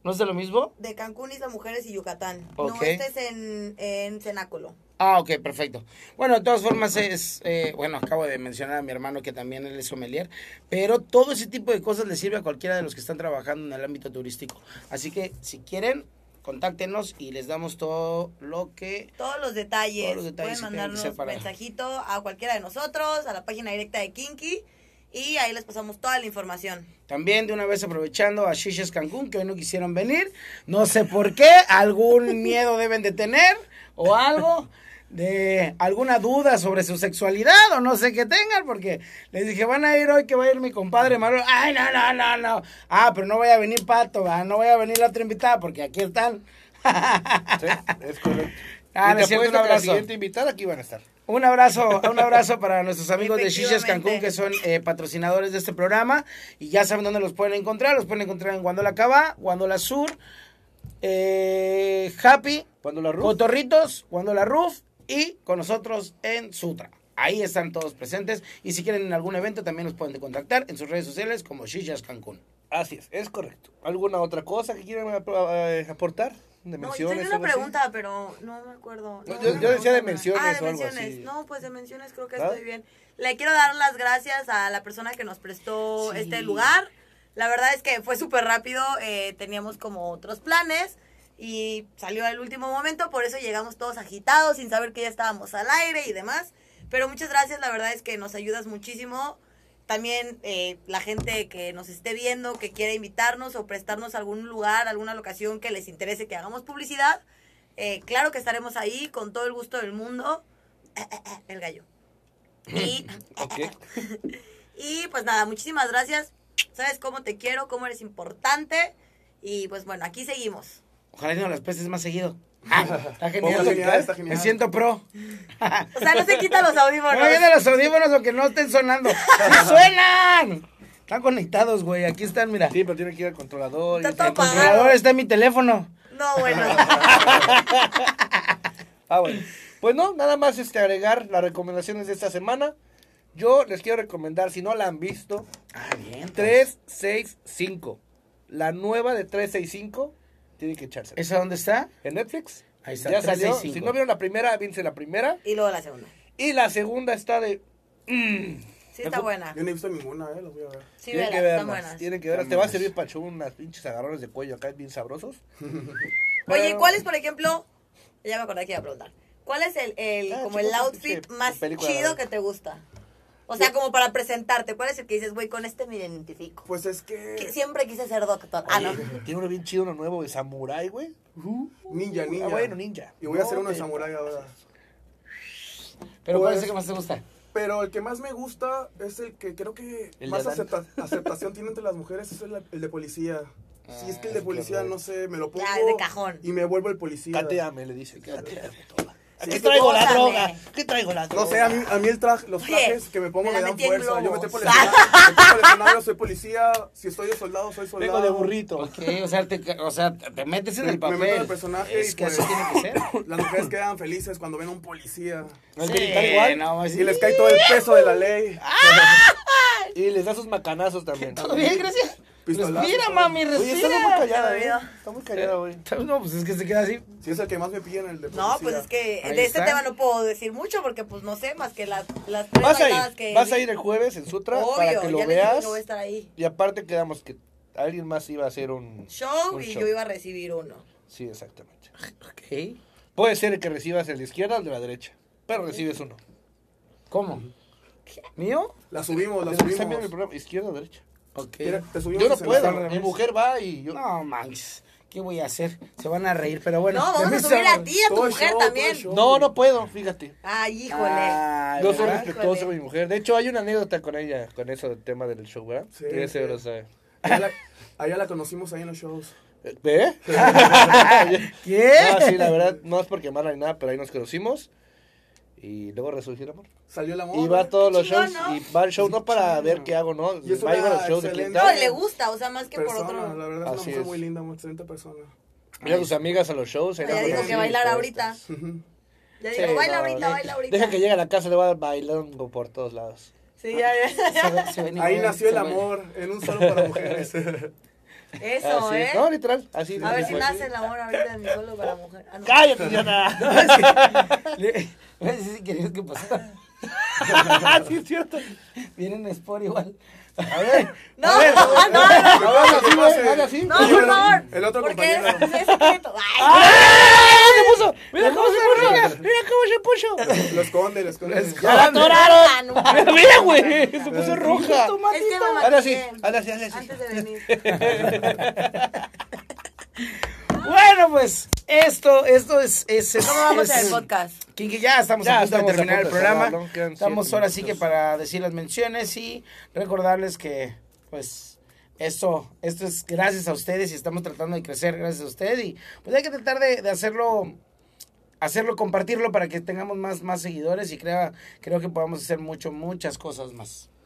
Speaker 2: ¿No es de lo mismo?
Speaker 3: De Cancún, Isla Mujeres y Yucatán.
Speaker 2: Ok.
Speaker 3: No, este es en, en Cenáculo.
Speaker 2: Ah, ok, perfecto. Bueno, de todas formas es, eh, bueno, acabo de mencionar a mi hermano que también él es sommelier, pero todo ese tipo de cosas le sirve a cualquiera de los que están trabajando en el ámbito turístico. Así que si quieren, contáctenos y les damos todo lo que...
Speaker 3: Todos los detalles.
Speaker 2: Todos los detalles que
Speaker 3: Pueden
Speaker 2: tienen que ser
Speaker 3: mandarnos
Speaker 2: para-
Speaker 3: mensajito a cualquiera de nosotros, a la página directa de Kinky. y ahí les pasamos toda la información.
Speaker 2: También de una vez aprovechando a Shishas Cancún, que hoy no quisieron venir. No sé por qué, algún miedo deben de tener o algo. De alguna duda sobre su sexualidad o no sé qué tengan, porque les dije, van a ir hoy que va a ir mi compadre Manuel. Ay, no, no, no, no. Ah, pero no voy a venir Pato, va, no voy a venir la otra invitada, porque aquí están.
Speaker 4: Sí, es correcto.
Speaker 2: Ah,
Speaker 4: y
Speaker 2: le
Speaker 4: te
Speaker 2: siento un
Speaker 4: apuesto que la
Speaker 2: abrazo.
Speaker 4: siguiente invitada aquí van a estar.
Speaker 2: Un abrazo, un abrazo para nuestros amigos de Shishas
Speaker 3: Efectivamente.
Speaker 2: Cancún que son eh, patrocinadores de este programa y ya saben dónde los pueden encontrar. Los pueden encontrar en Guandola Cava, Guandola Sur, eh, Happy,
Speaker 4: Cuando la Ruth.
Speaker 2: Cotorritos, Guandola Roof y con nosotros en Sutra. Ahí están todos presentes y si quieren en algún evento también nos pueden contactar en sus redes sociales como Shishas Cancún.
Speaker 4: Así es, es correcto. ¿Alguna otra cosa que quieran ap- eh, aportar? De
Speaker 3: No, yo
Speaker 4: menciones,
Speaker 3: tenía una
Speaker 4: algo así?
Speaker 3: pregunta, pero no me acuerdo.
Speaker 4: No,
Speaker 3: No,
Speaker 4: yo-
Speaker 3: no
Speaker 4: yo
Speaker 3: me
Speaker 4: decía de
Speaker 3: acuerdo.
Speaker 4: menciones
Speaker 3: Ah, de
Speaker 4: o algo
Speaker 3: menciones.
Speaker 4: así. ¿Ah?
Speaker 3: No, pues de menciones creo que
Speaker 4: ¿Verdad?
Speaker 3: estoy bien. Le quiero dar las gracias a la persona que nos prestó este lugar. La verdad es que fue súper rápido, eh, teníamos como otros planes y salió al último momento, por eso llegamos todos agitados sin saber que ya estábamos al aire y demás. Pero muchas gracias, la verdad es que nos ayudas muchísimo. También eh, la gente que nos esté viendo, que quiera invitarnos o prestarnos algún lugar, alguna locación que les interese que hagamos publicidad, eh, claro que estaremos ahí con todo el gusto del mundo. El gallo. Y,
Speaker 4: Ok.
Speaker 3: y pues nada, muchísimas gracias. Sabes cómo te quiero, cómo eres importante. Y pues bueno, aquí seguimos.
Speaker 2: Ojalá que nos las prestes más seguido. Ah, está genial.
Speaker 5: Está genial, está genial.
Speaker 2: Me siento pro.
Speaker 3: O sea, no se quita los
Speaker 2: No vayan
Speaker 3: audífonos.
Speaker 2: a los audífonos aunque no estén sonando. ¡Sí ¡Suenan! Están conectados, güey. Aquí están, mira.
Speaker 4: Sí, pero tiene que ir al controlador. y-
Speaker 3: Está todo
Speaker 4: Ah,
Speaker 2: El controlador está en mi teléfono.
Speaker 3: No, bueno.
Speaker 4: Ah, bueno. Pues no, nada más este, agregar las recomendaciones de esta semana. Yo les quiero recomendar, si no la han visto,
Speaker 2: Ah, bien.
Speaker 4: 365. La nueva de 365 tiene que echarse.
Speaker 2: ¿Esa dónde está?
Speaker 4: En Netflix.
Speaker 2: Ahí está,
Speaker 4: Ya salió.
Speaker 2: 365.
Speaker 4: Si no vieron la primera, viense la primera.
Speaker 3: Y luego la segunda.
Speaker 4: Y la segunda está de.
Speaker 3: Sí, está buena.
Speaker 5: Yo no he visto ninguna, eh, los voy a ver.
Speaker 3: Sí, verás,
Speaker 4: tienen, que
Speaker 3: están
Speaker 4: verlas,
Speaker 3: buenas.
Speaker 4: tienen que verlas. Te va a servir para echar unas pinches agarrones de cuello acá bien sabrosos.
Speaker 3: Oye, ¿cuál es, por ejemplo? Ya me acordé que iba a preguntar. ¿Cuál es el, el-
Speaker 4: Ah,
Speaker 3: como
Speaker 4: chico,
Speaker 3: el outfit
Speaker 4: sí,
Speaker 3: más
Speaker 4: película de
Speaker 3: chido
Speaker 4: verdad.
Speaker 3: que te gusta? O sea, como para presentarte, ¿cuál es el que dices, güey, con este me identifico?
Speaker 5: Pues es
Speaker 3: Que
Speaker 5: que.
Speaker 3: siempre quise ser doctor. Ah, no.
Speaker 4: Tiene uno bien chido, uno nuevo de samurái, güey.
Speaker 5: Ninja, ninja.
Speaker 4: Ah, bueno, ninja.
Speaker 5: Y voy a hacer
Speaker 4: No, pues,
Speaker 5: uno de
Speaker 4: te-
Speaker 5: samurái ahora.
Speaker 2: Pero
Speaker 5: Pues-
Speaker 2: ¿cuál es el que más te gusta?
Speaker 5: Pero el que más me gusta es el que creo que
Speaker 4: El
Speaker 5: más
Speaker 4: de Adán.
Speaker 5: acepta- aceptación tiene entre las mujeres, es el, el de policía. si es que el de
Speaker 4: Ah,
Speaker 5: policía,
Speaker 4: claro.
Speaker 5: no sé, me lo pongo.
Speaker 3: Ya, de cajón.
Speaker 5: Y me vuelvo el policía.
Speaker 4: Cateame, le dice. Cateame toda. Aquí
Speaker 3: Sí,
Speaker 4: traigo la
Speaker 3: gózale.
Speaker 4: droga. Aquí traigo la droga.
Speaker 5: No sé, a mí, a mí el traje, los
Speaker 3: Oye,
Speaker 5: trajes que me pongo
Speaker 3: me la
Speaker 5: me, dan
Speaker 3: metí en
Speaker 5: fuerza. Yo me
Speaker 3: globos.
Speaker 5: estoy lesionado, soy policía. Si estoy de soldado, soy soldado.
Speaker 4: Vengo de burrito.
Speaker 2: Ok, o sea, te, o sea, te metes en
Speaker 5: Me-
Speaker 2: el
Speaker 5: me meto
Speaker 2: papel.
Speaker 5: en el personaje
Speaker 2: es
Speaker 5: y
Speaker 2: que
Speaker 5: pues-
Speaker 2: así tiene que ser.
Speaker 5: Las mujeres quedan felices cuando ven a un policía.
Speaker 4: No es
Speaker 2: Sí,
Speaker 4: militar igual.
Speaker 2: no, pues sí.
Speaker 5: Y les cae todo el peso de la ley.
Speaker 4: Y les da sus macanazos también.
Speaker 2: ¿Todo bien, gracias?
Speaker 5: Pistolazo.
Speaker 2: Respira, mami,
Speaker 4: Oye, está
Speaker 2: respira.
Speaker 4: muy callada,
Speaker 3: Te
Speaker 4: eh.
Speaker 3: veo.
Speaker 4: Está muy callada, güey.
Speaker 2: No, pues es que se queda así.
Speaker 5: Si es el que más me piden, el de policía.
Speaker 3: No, pues es que
Speaker 2: Ahí
Speaker 3: de este
Speaker 2: está.
Speaker 3: tema no puedo decir mucho porque pues no sé más que las, las tres
Speaker 4: Vas a
Speaker 3: bailadas que...
Speaker 4: ir, vas a ir el jueves en Sutra
Speaker 3: Obvio,
Speaker 4: para que
Speaker 3: ya
Speaker 4: lo
Speaker 3: les dije que
Speaker 4: veas.
Speaker 3: voy a estar ahí.
Speaker 4: Y aparte quedamos que alguien más iba a hacer un
Speaker 3: Show
Speaker 4: un
Speaker 3: y yo iba a recibir uno.
Speaker 4: Sí, exactamente.
Speaker 2: Ok.
Speaker 4: Puede ser el que recibas el de izquierda o el de la derecha, pero recibes uno.
Speaker 2: ¿Cómo? ¿Mío?
Speaker 5: La subimos, la
Speaker 4: Está bien el
Speaker 5: subimos.
Speaker 4: programa, izquierda o derecha.
Speaker 2: Ok.
Speaker 5: Mira, te subimos
Speaker 4: Yo no
Speaker 5: el celular.
Speaker 4: puedo, mi mujer va y yo
Speaker 2: No, manches. ¿Qué voy a hacer? Se van a reír, pero bueno.
Speaker 3: no, vamos a subir a ti, a tu
Speaker 5: Todo
Speaker 3: mujer
Speaker 5: show, todo
Speaker 3: también.
Speaker 5: show.
Speaker 4: No, no puedo, fíjate.
Speaker 3: Ay, híjole.
Speaker 2: Híjole.
Speaker 4: Yo soy
Speaker 3: ¿verdad?
Speaker 4: respetuoso con
Speaker 3: Híjole.
Speaker 4: mi mujer. De hecho, hay una anécdota con ella, con eso del tema del show, ¿verdad? ¿eh?
Speaker 5: Sí,
Speaker 4: Ella
Speaker 5: sí.
Speaker 4: seguro sabe.
Speaker 5: Allá la, allá la conocimos ahí en los shows.
Speaker 4: Eh, ¿Eh?
Speaker 5: Ah,
Speaker 2: ¿Qué?
Speaker 4: No, sí, la verdad, no es por quemarla ni nada, pero ahí nos conocimos. Y luego resurgió el amor.
Speaker 5: Salió el amor.
Speaker 4: Y va a todos
Speaker 3: qué
Speaker 4: los
Speaker 3: chingón,
Speaker 4: shows.
Speaker 3: ¿no?
Speaker 4: Y va al show no para ver qué hago, ¿no?
Speaker 5: Y es
Speaker 4: Va a ir a
Speaker 5: una
Speaker 4: los shows de
Speaker 5: excelente-
Speaker 3: No,
Speaker 4: clientela.
Speaker 3: y le gusta, o sea, más que
Speaker 5: persona,
Speaker 3: por
Speaker 5: La
Speaker 3: otro.
Speaker 5: verdad es una
Speaker 4: Así
Speaker 5: mujer
Speaker 4: es.
Speaker 5: muy linda, muy excelente persona.
Speaker 4: Mira sus amigas a los shows. ahí
Speaker 3: Ella
Speaker 4: las
Speaker 3: dijo
Speaker 4: conocí,
Speaker 3: que bailar
Speaker 4: todas
Speaker 3: ahorita.
Speaker 4: estas.
Speaker 3: Ya
Speaker 4: Sí,
Speaker 3: digo, baila
Speaker 4: no,
Speaker 3: ahorita,
Speaker 4: deja-
Speaker 3: baila ahorita.
Speaker 4: Deja que llegue a la casa, le va bailando por todos lados.
Speaker 3: Sí, ya, ya.
Speaker 2: Se ve- se ven
Speaker 5: Ahí
Speaker 2: igual,
Speaker 5: nació
Speaker 2: se
Speaker 5: el
Speaker 2: ven.
Speaker 5: amor, en un solo para mujeres.
Speaker 3: Eso,
Speaker 4: Así
Speaker 3: ¿eh?
Speaker 4: es. No, literal, así.
Speaker 3: a ver si
Speaker 4: fue.
Speaker 3: nace el amor ahorita en mi pueblo para mujer. Ah, no.
Speaker 4: ¡Cállate, idiota!
Speaker 2: Le- le- sí, sí, querías que pasara. sí, es cierto. Vienen Sport igual.
Speaker 4: A ver.
Speaker 3: No, ah, no, no,
Speaker 5: A ver, así,
Speaker 2: güey,
Speaker 5: güey.
Speaker 2: haga así.
Speaker 3: no, por favor.
Speaker 5: El otro
Speaker 3: porque es-
Speaker 5: compañero.
Speaker 3: es secreto. Ay,
Speaker 2: ¡Ah! ¡Se puso! ¡Mira cómo se puso! ¡Mira cómo se puso!
Speaker 5: Lo esconde, lo esconde.
Speaker 2: ¡Ya la
Speaker 3: Ah, no.
Speaker 2: atoraron! ¡Mira, güey! ¡Se puso roja!
Speaker 3: Es que me
Speaker 4: Ahora sí,
Speaker 3: maquillé
Speaker 4: ahora sí, ahora sí.
Speaker 3: Antes de venir.
Speaker 2: Bueno, pues, esto, esto es... es, es-
Speaker 3: ¿Cómo vamos
Speaker 2: es-
Speaker 3: en el podcast?
Speaker 2: Kinky, ya estamos
Speaker 4: Ya
Speaker 2: a punto de
Speaker 4: estamos a
Speaker 2: terminar el
Speaker 4: punto de cerrarlo,
Speaker 2: programa.
Speaker 4: quedan
Speaker 2: Estamos
Speaker 4: siete
Speaker 2: ahora sí que
Speaker 4: minutos.
Speaker 2: para decir las menciones y recordarles que, pues, esto, esto es gracias a ustedes y estamos tratando de crecer gracias a ustedes. Y pues hay que tratar de, de hacerlo, hacerlo, compartirlo para que tengamos más, más seguidores y crea, creo que podamos hacer mucho, muchas cosas más.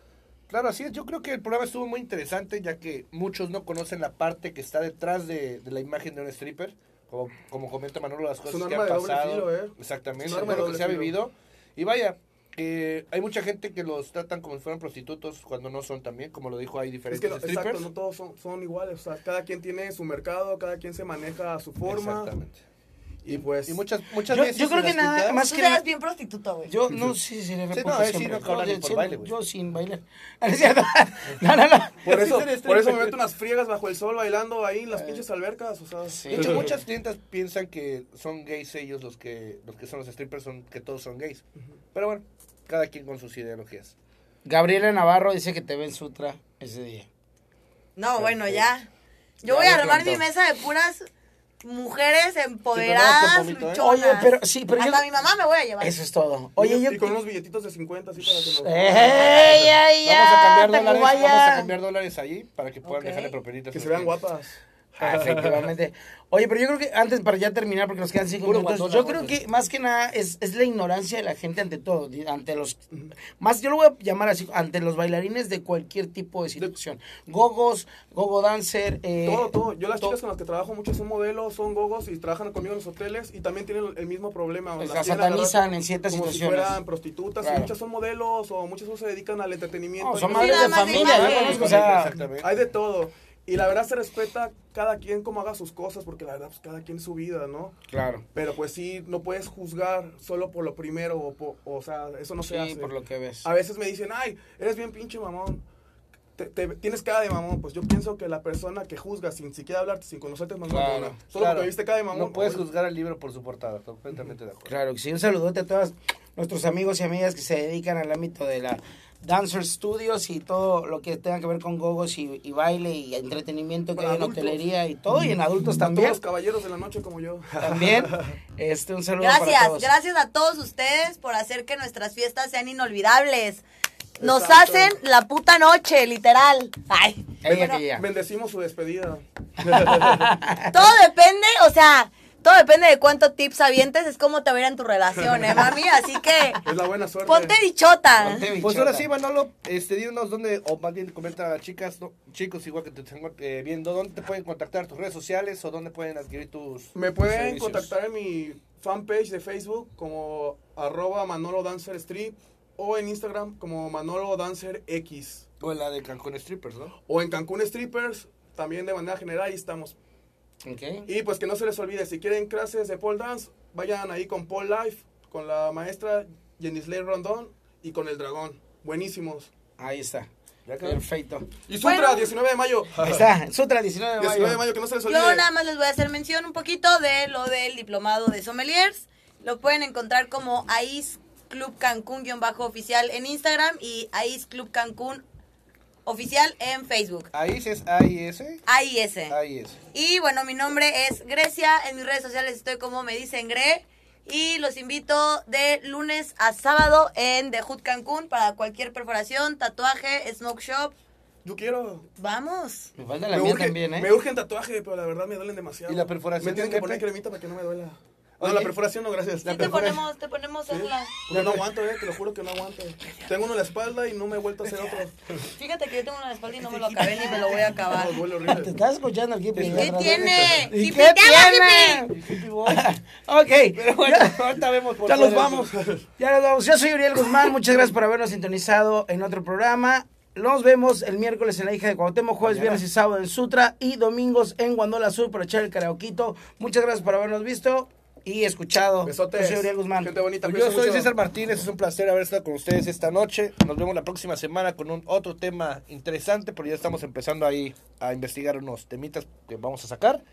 Speaker 4: Claro, así es. Yo creo que el programa estuvo muy interesante, ya que muchos no conocen la parte que está detrás de, de la imagen de un stripper. Como, como comenta Manolo, las cosas
Speaker 5: un
Speaker 4: que
Speaker 5: arma
Speaker 4: han
Speaker 5: de doble
Speaker 4: pasado.
Speaker 5: filo, ¿eh?
Speaker 4: Exactamente,
Speaker 5: Es un arma
Speaker 4: todo
Speaker 5: de
Speaker 4: lo que
Speaker 5: doble
Speaker 4: se ha
Speaker 5: filo.
Speaker 4: vivido. Y vaya, que hay mucha gente que los tratan como si fueran prostitutos cuando no son también, como lo dijo, hay
Speaker 5: Es
Speaker 4: diferentes
Speaker 5: que no,
Speaker 4: strippers.
Speaker 5: exacto, no todos son, son iguales. O sea, cada quien tiene su mercado, cada quien se maneja a su forma.
Speaker 4: Exactamente.
Speaker 5: Y pues.
Speaker 4: Y muchas, muchas
Speaker 2: Yo,
Speaker 4: veces
Speaker 2: yo creo
Speaker 4: en
Speaker 2: que
Speaker 4: las
Speaker 2: nada
Speaker 4: pintadas-
Speaker 2: más
Speaker 3: Tú
Speaker 2: que...
Speaker 3: eras
Speaker 2: na-
Speaker 3: bien prostituta, güey.
Speaker 2: Yo no, sí, sí, le
Speaker 4: Sí,
Speaker 2: reconozco
Speaker 4: no, eh, sí,
Speaker 2: siempre.
Speaker 4: no, cabrón,
Speaker 2: Yo-
Speaker 4: ni por
Speaker 2: sí,
Speaker 4: baile, güey.
Speaker 2: Yo sin bailar. No, no es cierto. No, no, no.
Speaker 5: Por eso,
Speaker 4: Sí, sí, sí,
Speaker 5: por
Speaker 4: sí.
Speaker 5: eso me meto unas friegas bajo el sol bailando ahí en las pinches albercas. O sea,
Speaker 2: Eh. Sí.
Speaker 4: De hecho, muchas clientas piensan que son gays ellos los que, los que son los strippers, son, que todos son gays. Pero bueno, cada quien con sus ideologías.
Speaker 2: Gabriela Navarro dice que te ve en Sutra ese día.
Speaker 3: No, bueno, ya. Yo
Speaker 4: Ya
Speaker 3: voy a
Speaker 4: lo
Speaker 3: armar mi
Speaker 4: plantó.
Speaker 3: mesa de puras mujeres
Speaker 4: Sí,
Speaker 3: empoderadas,
Speaker 4: pero no, por poquito, ¿eh?
Speaker 3: luchonas.
Speaker 2: Oye, pero sí, pero yo-
Speaker 3: Hasta mi mamá me voy a llevar.
Speaker 2: Eso es todo.
Speaker 5: y,
Speaker 2: Oye, yo. Eh.
Speaker 5: y con unos billetitos de 50 así para que no.
Speaker 2: ¡Ey, ay,
Speaker 4: Vamos a
Speaker 2: ay!
Speaker 4: cambiar dólares, vamos
Speaker 2: Tacubaya.
Speaker 4: a cambiar dólares allí para que puedan
Speaker 3: Ok.
Speaker 4: dejarle propelitas.
Speaker 5: Que
Speaker 4: a
Speaker 5: se
Speaker 4: los
Speaker 5: vean
Speaker 4: clientes.
Speaker 5: guapas.
Speaker 2: Ah, Efectivamente. Oye, pero yo creo que antes para ya terminar, porque nos quedan cinco
Speaker 4: Puro
Speaker 2: minutos,
Speaker 4: guatona,
Speaker 2: yo creo
Speaker 4: guatona.
Speaker 2: que más que nada es, es la ignorancia de la gente ante todo, di- ante los, más yo lo voy a llamar así, ante los bailarines de cualquier tipo de situación. Gogos, gogo dancer. eh,
Speaker 5: Todo, todo. Yo las
Speaker 2: to-
Speaker 5: chicas con las que trabajo mucho son modelos, son gogos y trabajan conmigo en los hoteles y también tienen el mismo problema.
Speaker 2: Las
Speaker 5: tienen agarradas
Speaker 2: satanizan en ciertas
Speaker 5: como
Speaker 2: situaciones.
Speaker 5: si fueran prostitutas
Speaker 2: Claro.
Speaker 5: y muchas son modelos o muchas no se dedican al entretenimiento.
Speaker 2: no, son
Speaker 5: Y-
Speaker 2: madres de
Speaker 3: madres nada más de
Speaker 2: familia, yo
Speaker 3: imagen.
Speaker 2: conozco, o sea,
Speaker 4: Exactamente.
Speaker 5: Hay de todo. Y la verdad se respeta cada quien como haga sus cosas porque la verdad pues, cada quien su vida, ¿no?
Speaker 2: Claro.
Speaker 5: Pero pues sí, no puedes juzgar solo por lo primero o, po- o sea, eso no se hace.
Speaker 2: Sí, por lo que ves.
Speaker 5: A veces me dicen, ay, eres bien pinche mamón. Te, te- tienes cara de mamón. Pues yo pienso que la persona que juzga sin siquiera hablarte, sin conocerte, es más
Speaker 2: Claro,
Speaker 5: mamona. Solo
Speaker 4: Claro,
Speaker 5: porque viste cara de mamón.
Speaker 4: No puedes
Speaker 5: oye,
Speaker 4: juzgar al libro por su portada, completamente de acuerdo.
Speaker 2: Pues, Claro que sí, un saludote a todos nuestros amigos y amigas que se dedican al ámbito de la Dancer Studios y todo lo que tenga que ver con gogos y, y baile y entretenimiento que
Speaker 5: Para
Speaker 2: hay en
Speaker 5: adultos.
Speaker 2: hotelería y todo, y en adultos
Speaker 5: a todos
Speaker 2: también.
Speaker 5: los caballeros de la noche como yo.
Speaker 2: También, este, un saludo para
Speaker 3: Gracias,
Speaker 2: todos.
Speaker 3: gracias a todos ustedes por hacer que nuestras fiestas sean inolvidables. Nos
Speaker 5: Exacto.
Speaker 3: hacen la puta noche, literal. Ay.
Speaker 2: Ella
Speaker 3: Bueno,
Speaker 2: que llega.
Speaker 5: Bendecimos su despedida.
Speaker 3: todo depende, o sea, todo depende de cuánto tips avientes, es como te va a ir en tu relación, ¿eh, mami? Así que
Speaker 5: Es la buena suerte.
Speaker 3: ponte bichota.
Speaker 2: Ponte
Speaker 4: Pues
Speaker 2: bichota.
Speaker 4: ahora sí, Manolo, este, dinos dónde, o más bien comenta a chicas, no, chicos, igual que te tengo eh, viendo, dónde te pueden contactar tus redes sociales o dónde pueden adquirir tus.
Speaker 5: Me pueden
Speaker 4: servicios?
Speaker 5: contactar en mi fanpage de Facebook como arroba Manolo Dancer Street o en Instagram como Manolo Dancer X.
Speaker 4: O en la de Cancún Strippers, ¿no?
Speaker 5: O en Cancún Strippers, también de manera general, ahí estamos.
Speaker 2: Ok.
Speaker 5: Y pues que no se les olvide, si quieren clases de pole dance, vayan ahí con Paul Life, con la maestra Jenisley Rondón y con el dragón. Buenísimos.
Speaker 2: Ahí está.
Speaker 4: Ya quedó.
Speaker 2: Perfecto.
Speaker 5: Y Sutra,
Speaker 3: Bueno.
Speaker 5: 19 de mayo.
Speaker 2: Ahí está, Sutra 19 de
Speaker 5: 19 de
Speaker 2: mayo.
Speaker 5: mayo, que no se les olvide.
Speaker 3: Yo nada más les voy a hacer mención un poquito de lo del diplomado de sommeliers. Lo pueden encontrar como AIS Club Cancún-oficial en Instagram y AIS Club Cancún oficial en Facebook.
Speaker 4: Ahí sí es AIS.
Speaker 3: AIS.
Speaker 4: AIS.
Speaker 3: Y bueno, mi nombre es Grecia. En mis redes sociales estoy como me dicen Gre. Y los invito de lunes a sábado en The Hood Cancún para cualquier perforación, tatuaje, smoke shop.
Speaker 5: Yo quiero.
Speaker 3: Vamos.
Speaker 2: Me falta la
Speaker 5: Me
Speaker 2: mía
Speaker 5: urge,
Speaker 2: también, ¿eh?
Speaker 5: me urgen tatuaje, pero la verdad me duelen demasiado.
Speaker 4: ¿Y la perforación
Speaker 5: Me tienen
Speaker 4: del
Speaker 5: que poner
Speaker 4: nepe?
Speaker 5: cremita para que no me duela. No,
Speaker 4: Oye.
Speaker 5: la perforación no, gracias.
Speaker 3: Sí, te ponemos, te ponemos hazla.
Speaker 5: Porque no aguanto, eh, te lo juro que no aguanto. Tengo uno en la espalda y no me he vuelto a hacer otro.
Speaker 3: Fíjate que yo tengo una en la espalda y no me lo acabé ni me lo voy a acabar.
Speaker 5: Este, No, duele
Speaker 2: Te
Speaker 5: horrible.
Speaker 2: estás escuchando aquí.
Speaker 3: ¿Qué tiene?
Speaker 2: ¿Y
Speaker 3: Hippie,
Speaker 2: qué
Speaker 3: ¿qué hago,
Speaker 2: tiene? ok.
Speaker 4: Pero bueno, ahorita vemos por
Speaker 5: Ya
Speaker 4: cuál
Speaker 5: los
Speaker 4: es.
Speaker 5: vamos.
Speaker 2: Ya nos vamos. Yo soy Uriel Guzmán. Muchas gracias por habernos sintonizado en otro programa. Nos vemos el miércoles en la hija de Cuauhtémoc, jueves, viernes y sábado en Sutra y domingos en Guandola Sur para echar el karaoquito. Muchas gracias por habernos visto. y escuchado.
Speaker 5: Besotes.
Speaker 2: Yo soy Uriel Guzmán.
Speaker 5: Gente bonita.
Speaker 4: Pues Yo
Speaker 5: cuídense
Speaker 4: soy
Speaker 5: mucho.
Speaker 4: César Martínez, es un placer haber estado con ustedes esta noche. Nos vemos la próxima semana con un otro tema interesante, porque ya estamos empezando ahí a investigar unos temitas que vamos a sacar.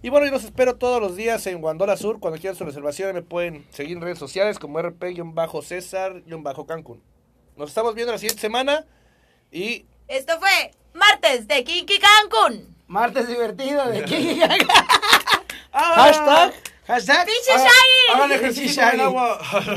Speaker 4: Y bueno, yo los espero todos los días en Guandola Sur. Cuando quieran sus reservaciones me pueden seguir en redes sociales como rp-césar-cancún. Nos estamos viendo la siguiente semana y
Speaker 3: Esto fue martes de Kinky Cancún.
Speaker 2: Martes divertido de Ah. Kiki.
Speaker 4: Hashtag.
Speaker 2: Hashtag.
Speaker 3: Pinche Shaggy.
Speaker 5: Hagan ejercicio en agua.